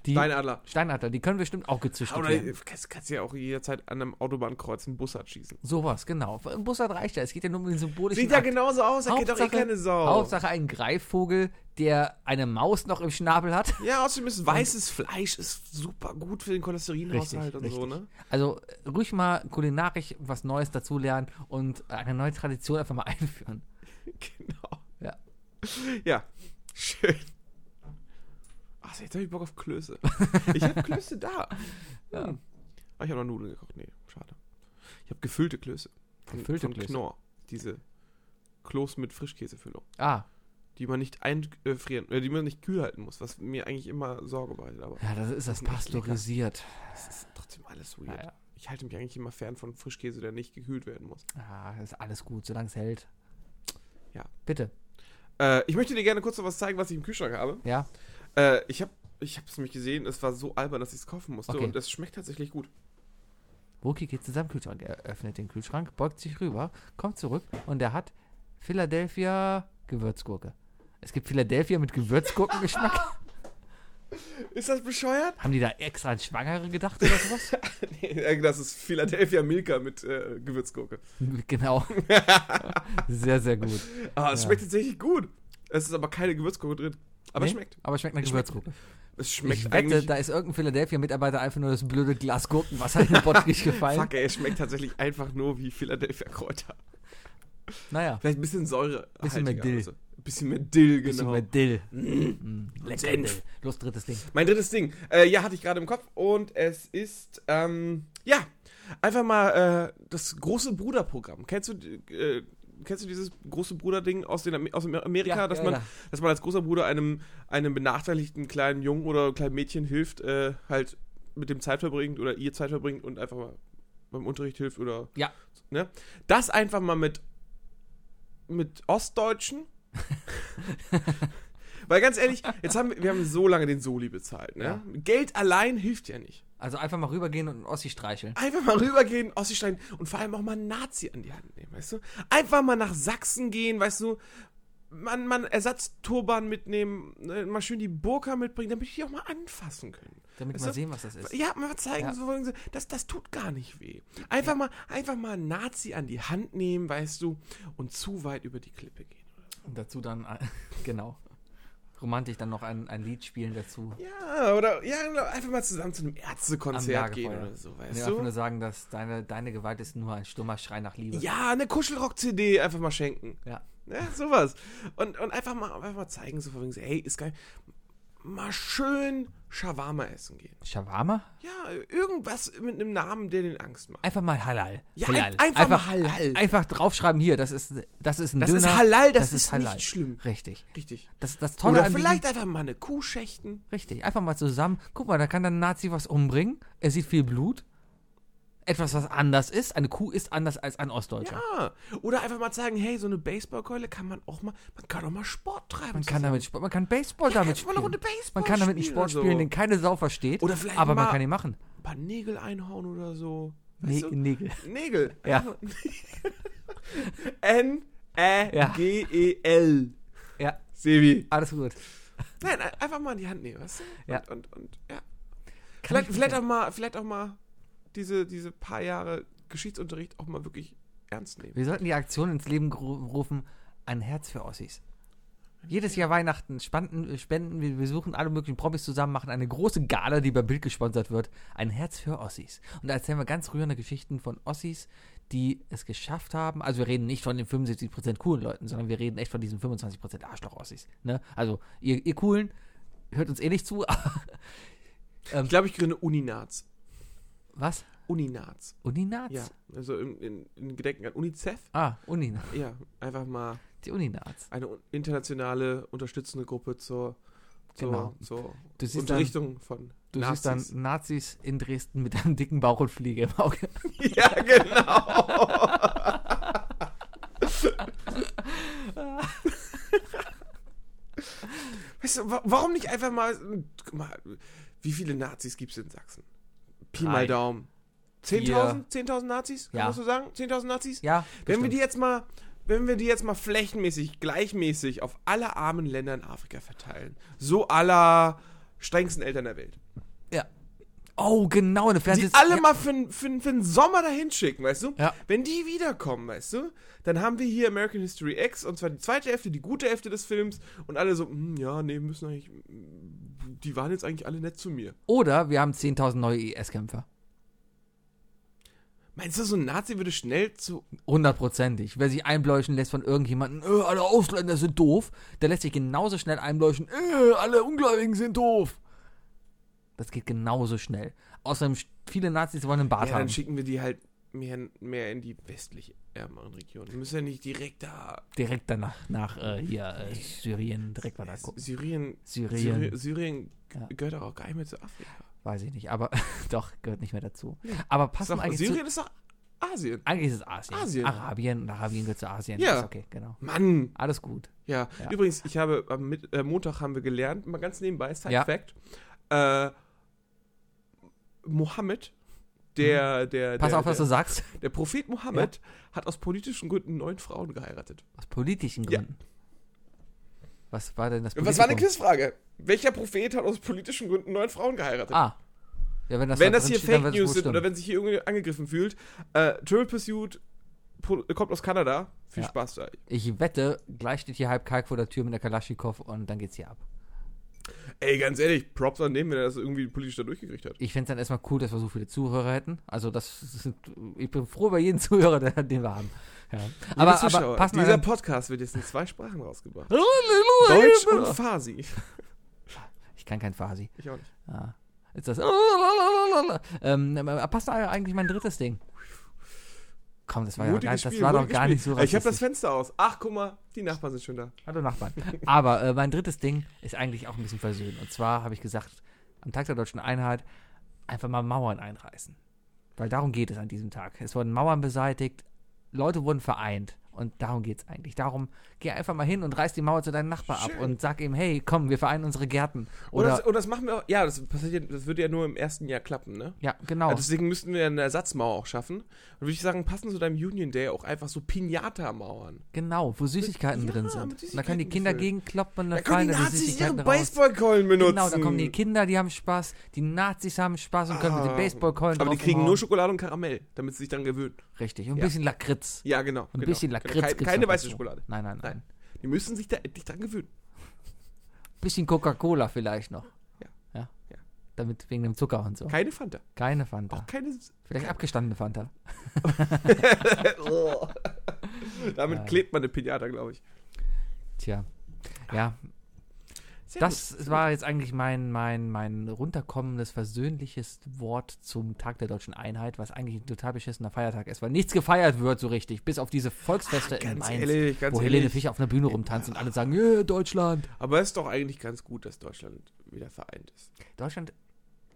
Die, Steinadler. Steinadler, die können bestimmt auch gezüchtet Oder werden. kannst, kannst ja auch jederzeit an einem Autobahnkreuz einen Bussard schießen. Sowas, genau. Ein Bussard reicht ja. Es geht ja nur um den symbolischen Sieht ja Akt. genauso aus, da geht doch eh Hauptsache- keine Sau. Hauptsache ein Greifvogel, der eine Maus noch im Schnabel hat. Ja, außerdem ist weißes Fleisch ist super gut für den Cholesterinhaushalt und so, ne? Also äh, ruhig mal kulinarisch was Neues dazulernen und eine neue Tradition einfach mal einführen. Genau. Ja. Ja. Schön. Achso, jetzt habe ich Bock auf Klöße. Ich habe Klöße da. Ja. Hm. Ah, ich habe noch Nudeln gekocht. Nee, schade. Ich habe gefüllte Klöße. Von, Gefüllte von Klöße? Knorr. Diese Kloß mit Frischkäsefüllung. Ah, Die man nicht einfrieren, äh, die man nicht kühl halten muss, was mir eigentlich immer Sorge bereitet. Aber ja, das ist das Ist echt lecker. pasteurisiert. es ist trotzdem alles weird. Ja, ja. Ich halte mich eigentlich immer fern von Frischkäse, der nicht gekühlt werden muss. Ah, ist alles gut, solange es hält. Ja. Bitte, Äh, ich möchte dir gerne kurz noch was zeigen, was ich im Kühlschrank habe. ja. Äh, ich habe ich hab's nämlich gesehen, es war so albern, dass ich es kaufen musste Okay. und es schmeckt tatsächlich gut. Wookie geht zu seinem Kühlschrank. Er öffnet den Kühlschrank, beugt sich rüber, kommt zurück und er hat Philadelphia Gewürzgurke. Es gibt Philadelphia mit Gewürzgurkengeschmack. Ist das bescheuert? Haben die da extra an Schwangere gedacht oder sowas? nee, äh, das ist Philadelphia Milka mit äh, Gewürzgurke. genau. sehr, sehr gut. Ah, es Ja. schmeckt tatsächlich gut. Es ist aber keine Gewürzgurke drin. Aber es Nee? schmeckt. Aber schmeckt nach Schmeckt Gewürzgurke. Es schmeckt Ich wette, eigentlich. da ist irgendein Philadelphia-Mitarbeiter einfach nur das blöde Glas Gurkenwasser in den Bottich gefallen. Fuck, ey, es schmeckt tatsächlich einfach nur wie Philadelphia Kräuter. Naja. Vielleicht ein bisschen Säure. Bisschen mehr Dill. Ein bisschen mehr Dill, Bisschen genau. mehr Dill. Mm, lecker Senf. Dill. Los, drittes Ding. Mein drittes Ding. Äh, ja, hatte ich gerade im Kopf. Und es ist, ähm, ja, einfach mal äh, das große Bruderprogramm. Kennst du, äh, kennst du dieses große Bruder-Ding aus, den, Am- aus Amerika, Ja, dass, ja, man, ja. dass man als großer Bruder einem, einem benachteiligten kleinen Jungen oder kleinen Mädchen hilft, äh, halt mit dem Zeit verbringt oder ihr Zeit verbringt und einfach mal beim Unterricht hilft oder. Ja. Ne? Das einfach mal mit, mit Ostdeutschen. Weil ganz ehrlich, jetzt haben wir, wir haben so lange den Soli bezahlt. Ne? Ja. Geld allein hilft ja nicht. Also einfach mal rübergehen und einen Ossi streicheln. Einfach mal rübergehen, Ossi steigen und vor allem auch mal einen Nazi an die Hand nehmen, weißt du? Einfach mal nach Sachsen gehen, weißt du? Man, man Ersatzturban mitnehmen, ne, mal schön die Burka mitbringen, damit die die auch mal anfassen können. Damit wir Weißt mal du? sehen, was das ist. Ja, mal zeigen, Ja. so wollen sie- das, das tut gar nicht weh. Einfach mal, einfach mal einen Nazi an die Hand nehmen, weißt du, und zu weit über die Klippe gehen. Und dazu dann, äh, genau. Romantisch dann noch ein, ein Lied spielen dazu. Ja, oder ja, genau, einfach mal zusammen zu einem Am Ärztekonzert gehen Lagerfeuer. oder so, Ich weißt einfach nur du? sagen, dass deine, deine Gewalt ist nur ein stummer Schrei nach Liebe. Ja, eine Kuschelrock-CD einfach mal schenken. Ja. Ja, sowas. Und, und einfach, mal, einfach mal zeigen, so von wegen, so, hey, ist geil. Mal schön Shawarma essen gehen. Shawarma? Ja, irgendwas mit einem Namen, der den Angst macht. Einfach mal Halal. Ja, halal. ein- einfach mal Halal. Einfach draufschreiben, hier, das ist, das ist ein Das Döner. ist halal, das ist nicht schlimm. Richtig. Richtig. Das, das Tolle Oder an diesem- vielleicht einfach mal eine Kuh schächten. Richtig, einfach mal zusammen. Guck mal, da kann dann ein Nazi was umbringen. Er sieht viel Blut. Etwas, was anders ist. Eine Kuh ist anders als ein Ostdeutscher. Ja. Oder einfach mal zeigen, hey, so eine Baseballkeule kann man auch mal, man kann auch mal Sport treiben. Man kann damit Sport, man kann Baseball damit jetzt mal spielen. eine Runde Baseball man kann damit einen spielen Sport oder so. spielen, den keine Sau versteht. Oder vielleicht aber man mal- kann ihn machen. ein paar Nägel einhauen oder so. Ne Weißt du? Nägel. Nägel. Also, Ja. N-E-G-E-L. Ja, E Sebi. alles gut. Nein, ein- einfach mal in die Hand nehmen, weißt du? Und, Ja. und, und ja. Kann Vielleicht, ich vielleicht, auch verstehen. mal, vielleicht auch mal diese, diese paar Jahre Geschichtsunterricht auch mal wirklich ernst nehmen. Wir sollten die Aktion ins Leben geru- rufen, ein Herz für Ossis. Jedes Jahr Weihnachten spenden, spenden wir, wir suchen alle möglichen Promis zusammen, machen eine große Gala, die bei Bild gesponsert wird. Ein Herz für Ossis. Und da erzählen wir ganz rührende Geschichten von Ossis, die es geschafft haben. Also wir reden nicht von den 75% coolen Leuten, sondern wir reden echt von diesen 25% Arschloch-Ossis. Ne? Also ihr, ihr coolen, hört uns eh nicht zu, aber Ich glaube, ich gründe Uninaz. Was? Uninaz. Uninaz? Ja, also in, in, in Gedenken an UNICEF. Ah, Uninaz. Ja, einfach mal Die Uninaz. eine un- internationale unterstützende Gruppe zur, zur, Genau. zur Du siehst dann, Unterrichtung von du siehst Nazis. dann Nazis in Dresden mit einem dicken Bauch und Fliege im Auge. ja, genau. weißt du, wa- warum nicht einfach mal, guck mal wie viele Nazis gibt es in Sachsen? Pi Drei. mal Daumen. 10.000? 10.000 Nazis? Kann Ja. man so sagen? 10.000 Nazis? Ja, wenn wir bestimmt. die jetzt mal, wenn wir die jetzt mal flächenmäßig, gleichmäßig auf alle armen Länder in Afrika verteilen. So aller strengsten Eltern der Welt. Oh, genau. Und die alle mal für, n- für, n- für den Sommer dahin schicken, weißt du? Ja. Wenn die wiederkommen, weißt du, dann haben wir hier American History X und zwar die zweite Hälfte, die gute Hälfte des Films und alle so, hm, ja, nee, müssen eigentlich, die waren jetzt eigentlich alle nett zu mir. Oder wir haben 10.000 neue E IS-Kämpfer. Meinst du, so ein Nazi würde schnell zu. Hundertprozentig. Wer sich einbläuschen lässt von irgendjemandem, äh, alle Ausländer sind doof, der lässt sich genauso schnell einbläuschen, äh, alle Ungläubigen sind doof. Das geht genauso schnell. Außerdem, sch- viele Nazis wollen einen Bart Ja, dann haben. schicken wir die halt mehr, mehr in die westlich ärmeren Regionen. Wir müssen ja nicht direkt da. Direkt danach, nach äh, hier, äh, Syrien, direkt mal da gucken. Syrien. Syrien, Syrien, Syrien g- Ja. gehört doch auch gar nicht mehr zu Afrika. weiß ich nicht, aber doch, gehört nicht mehr dazu. Aber Ist passt doch, eigentlich zu, Syrien ist doch Asien. Eigentlich ist es Asien. Asien. Arabien, und Arabien gehört zu Asien. Ja. Ist okay, genau. Mann! Alles gut. Ja. Ja. übrigens, ich habe am Mit äh, Montag haben wir gelernt, mal ganz nebenbei, Side Ja. Fact, äh, Mohammed, der, der, Mhm. Pass der, auf, was du der, sagst. der Prophet Mohammed hat aus politischen Gründen neun Frauen geheiratet. Aus politischen Ja. Gründen. Was war denn das Was war eine Politikum? Quizfrage? Welcher Prophet hat aus politischen Gründen neun Frauen geheiratet? Ah. Ja, wenn das, wenn da das drin hier steht, dann Fake wird es News wohl sind oder stimmen. wenn sich hier irgendwie angegriffen fühlt, äh, Triple Pursuit pro- kommt aus Kanada. Viel Ja. Spaß da. Ich wette, gleich steht hier halb Kalk vor der Tür mit der Kalaschnikow und dann geht's hier ab. Ey, ganz ehrlich, Props an dem, wenn er das irgendwie politisch da durchgekriegt hat. Ich fänd's dann erstmal cool, dass wir so viele Zuhörer hätten. Also, das sind, ich bin froh über jeden Zuhörer, der- den wir haben. Ja. Aber, Liebe aber Zuschauer, pass dieser mal. Podcast wird jetzt in zwei Sprachen rausgebracht. Deutsch und Deutsch Farsi. ich kann kein Farsi. Ich auch nicht. Ja. Jetzt das. Ähm, aber passt da eigentlich mein drittes Ding? Komm, das war, Oh ja gar, Mutiges das Spiel, war doch mutiges gar Spiel. nicht so Ich habe das rassistisch. Fenster aus. Ach, guck mal, die Nachbarn sind schon da. Hallo Nachbarn. Aber äh, mein drittes Ding ist eigentlich auch ein bisschen versöhnt. Und zwar habe ich gesagt, am Tag der deutschen Einheit einfach mal Mauern einreißen. Weil darum geht es an diesem Tag. Es wurden Mauern beseitigt, Leute wurden vereint. Und darum geht es eigentlich. Darum, geh einfach mal hin und reiß die Mauer zu deinem Nachbar ab Schön. und sag ihm, hey, komm, wir vereinen unsere Gärten. Und, Oder, das, und das machen wir auch. Ja, das, passiert, ja- das würde ja nur im ersten Jahr klappen, ne? ja, genau. Also Deswegen müssten wir eine Ersatzmauer auch schaffen. Und würde ich sagen, passen zu deinem Union Day auch einfach so Pinata-Mauern. Genau, wo Süßigkeiten Ja, drin mit sind. Und da Süßigkeiten können die Kinder gefüllt. gegenkloppen und Da dann können fallen die da die Nazis ihre Süßigkeiten raus. Baseballkeulen benutzen. Genau, da kommen die Kinder, die haben Spaß, die Nazis haben Spaß und können mit Ah, den Baseballkeulen Aber die kriegen nur draufhauen. Schokolade und Karamell, damit sie sich dann gewöhnen. Richtig, und ein Ja. bisschen Lakritz. Ja, genau. Ein genau. bisschen Lakritz. Keine, gibt's keine noch weiße dazu. Schokolade. Nein, nein, nein. Nein. Die müssen sich da endlich dran gewöhnen. Ein bisschen Coca-Cola vielleicht noch. Ja. ja. Ja. Damit wegen dem Zucker und so. Keine Fanta. Keine Fanta. Keine. Vielleicht abgestandene Fanta. Oh. Damit klebt man eine Pinata, glaube ich. Tja. Ja, Sehr das gut. war jetzt eigentlich mein, mein, mein runterkommendes, versöhnliches Wort zum Tag der deutschen Einheit, was eigentlich ein total beschissener Feiertag ist, weil nichts gefeiert wird so richtig, bis auf diese Volksfeste in Ganz äh, Mainz, ehrlich, ganz wo Helene ehrlich. Fischer auf einer Bühne rumtanzt und alle sagen, yeah, Deutschland. Aber es ist doch eigentlich ganz gut, dass Deutschland wieder vereint ist. Deutschland,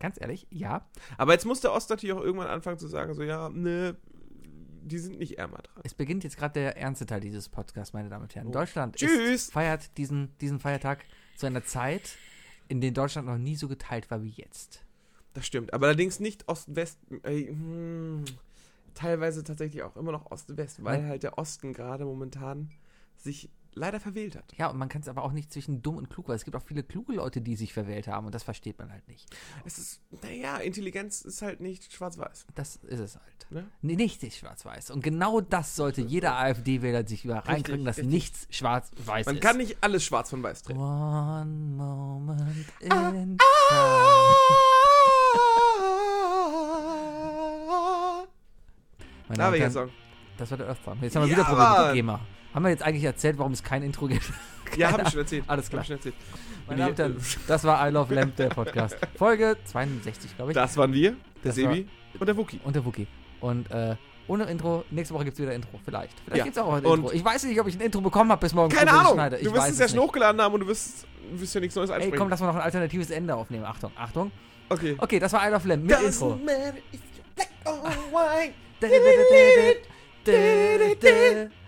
ganz ehrlich, ja, Aber jetzt muss der Ost natürlich auch irgendwann anfangen zu sagen, so, ja, ne, die sind nicht ärmer dran. Es beginnt jetzt gerade der ernste Teil dieses Podcasts, meine Damen und Herren. Oh. Deutschland Tschüss. Ist, feiert diesen, diesen Feiertag zu einer Zeit, in der Deutschland noch nie so geteilt war wie jetzt. Das stimmt. Aber allerdings nicht Ost-West. Äh, hm, teilweise tatsächlich auch immer noch Ost-West, weil Nein. halt der Osten gerade momentan sich leider verwählt hat. Ja, und man kann es aber auch nicht zwischen dumm und klug, weil es gibt auch viele kluge Leute, die sich verwählt haben und das versteht man halt nicht. Es ist, naja, Intelligenz ist halt nicht schwarz-weiß. Das ist es halt. Ne? Nee, Nichts ist schwarz-weiß. Und genau das sollte jeder AfD-Wähler sich über reinkriegen, dass richtig. nichts schwarz-weiß Man ist. kann nicht alles schwarz von weiß trennen. One moment in Ah, time. Ah! Meine Da Damen und welcher Herren, Song? Das war der Earthbound. Jetzt haben wir Ja, wieder Probleme mit Mann. der GEMA. Haben wir jetzt eigentlich erzählt, warum es kein Intro gibt? Ja, habe Keine ich schon erzählt. Alles klar. Hab ich schon erzählt. Meine Damen und Herren, das war I Love Lamp, der Podcast. Folge 62, glaube ich. Das waren wir, der Das Sebi und der Wookie. Und der Wookie. Und äh, ohne Intro, nächste Woche gibt es wieder Intro. Vielleicht. Vielleicht Ja. gibt es auch heute Und- Intro. Ich weiß nicht, ob ich ein Intro bekommen habe bis morgen. Keine Probe Ahnung, schneide. Ich du wirst weiß es ja schon nicht. hochgeladen haben und du wirst, wirst ja nichts Neues Ey, ansprechen. komm, lass mal noch ein alternatives Ende aufnehmen. Achtung, Achtung. okay. Okay, das war I Love Lamp mit Intro. matter if you're black or white. Da, da, da, da, da, da, da, da.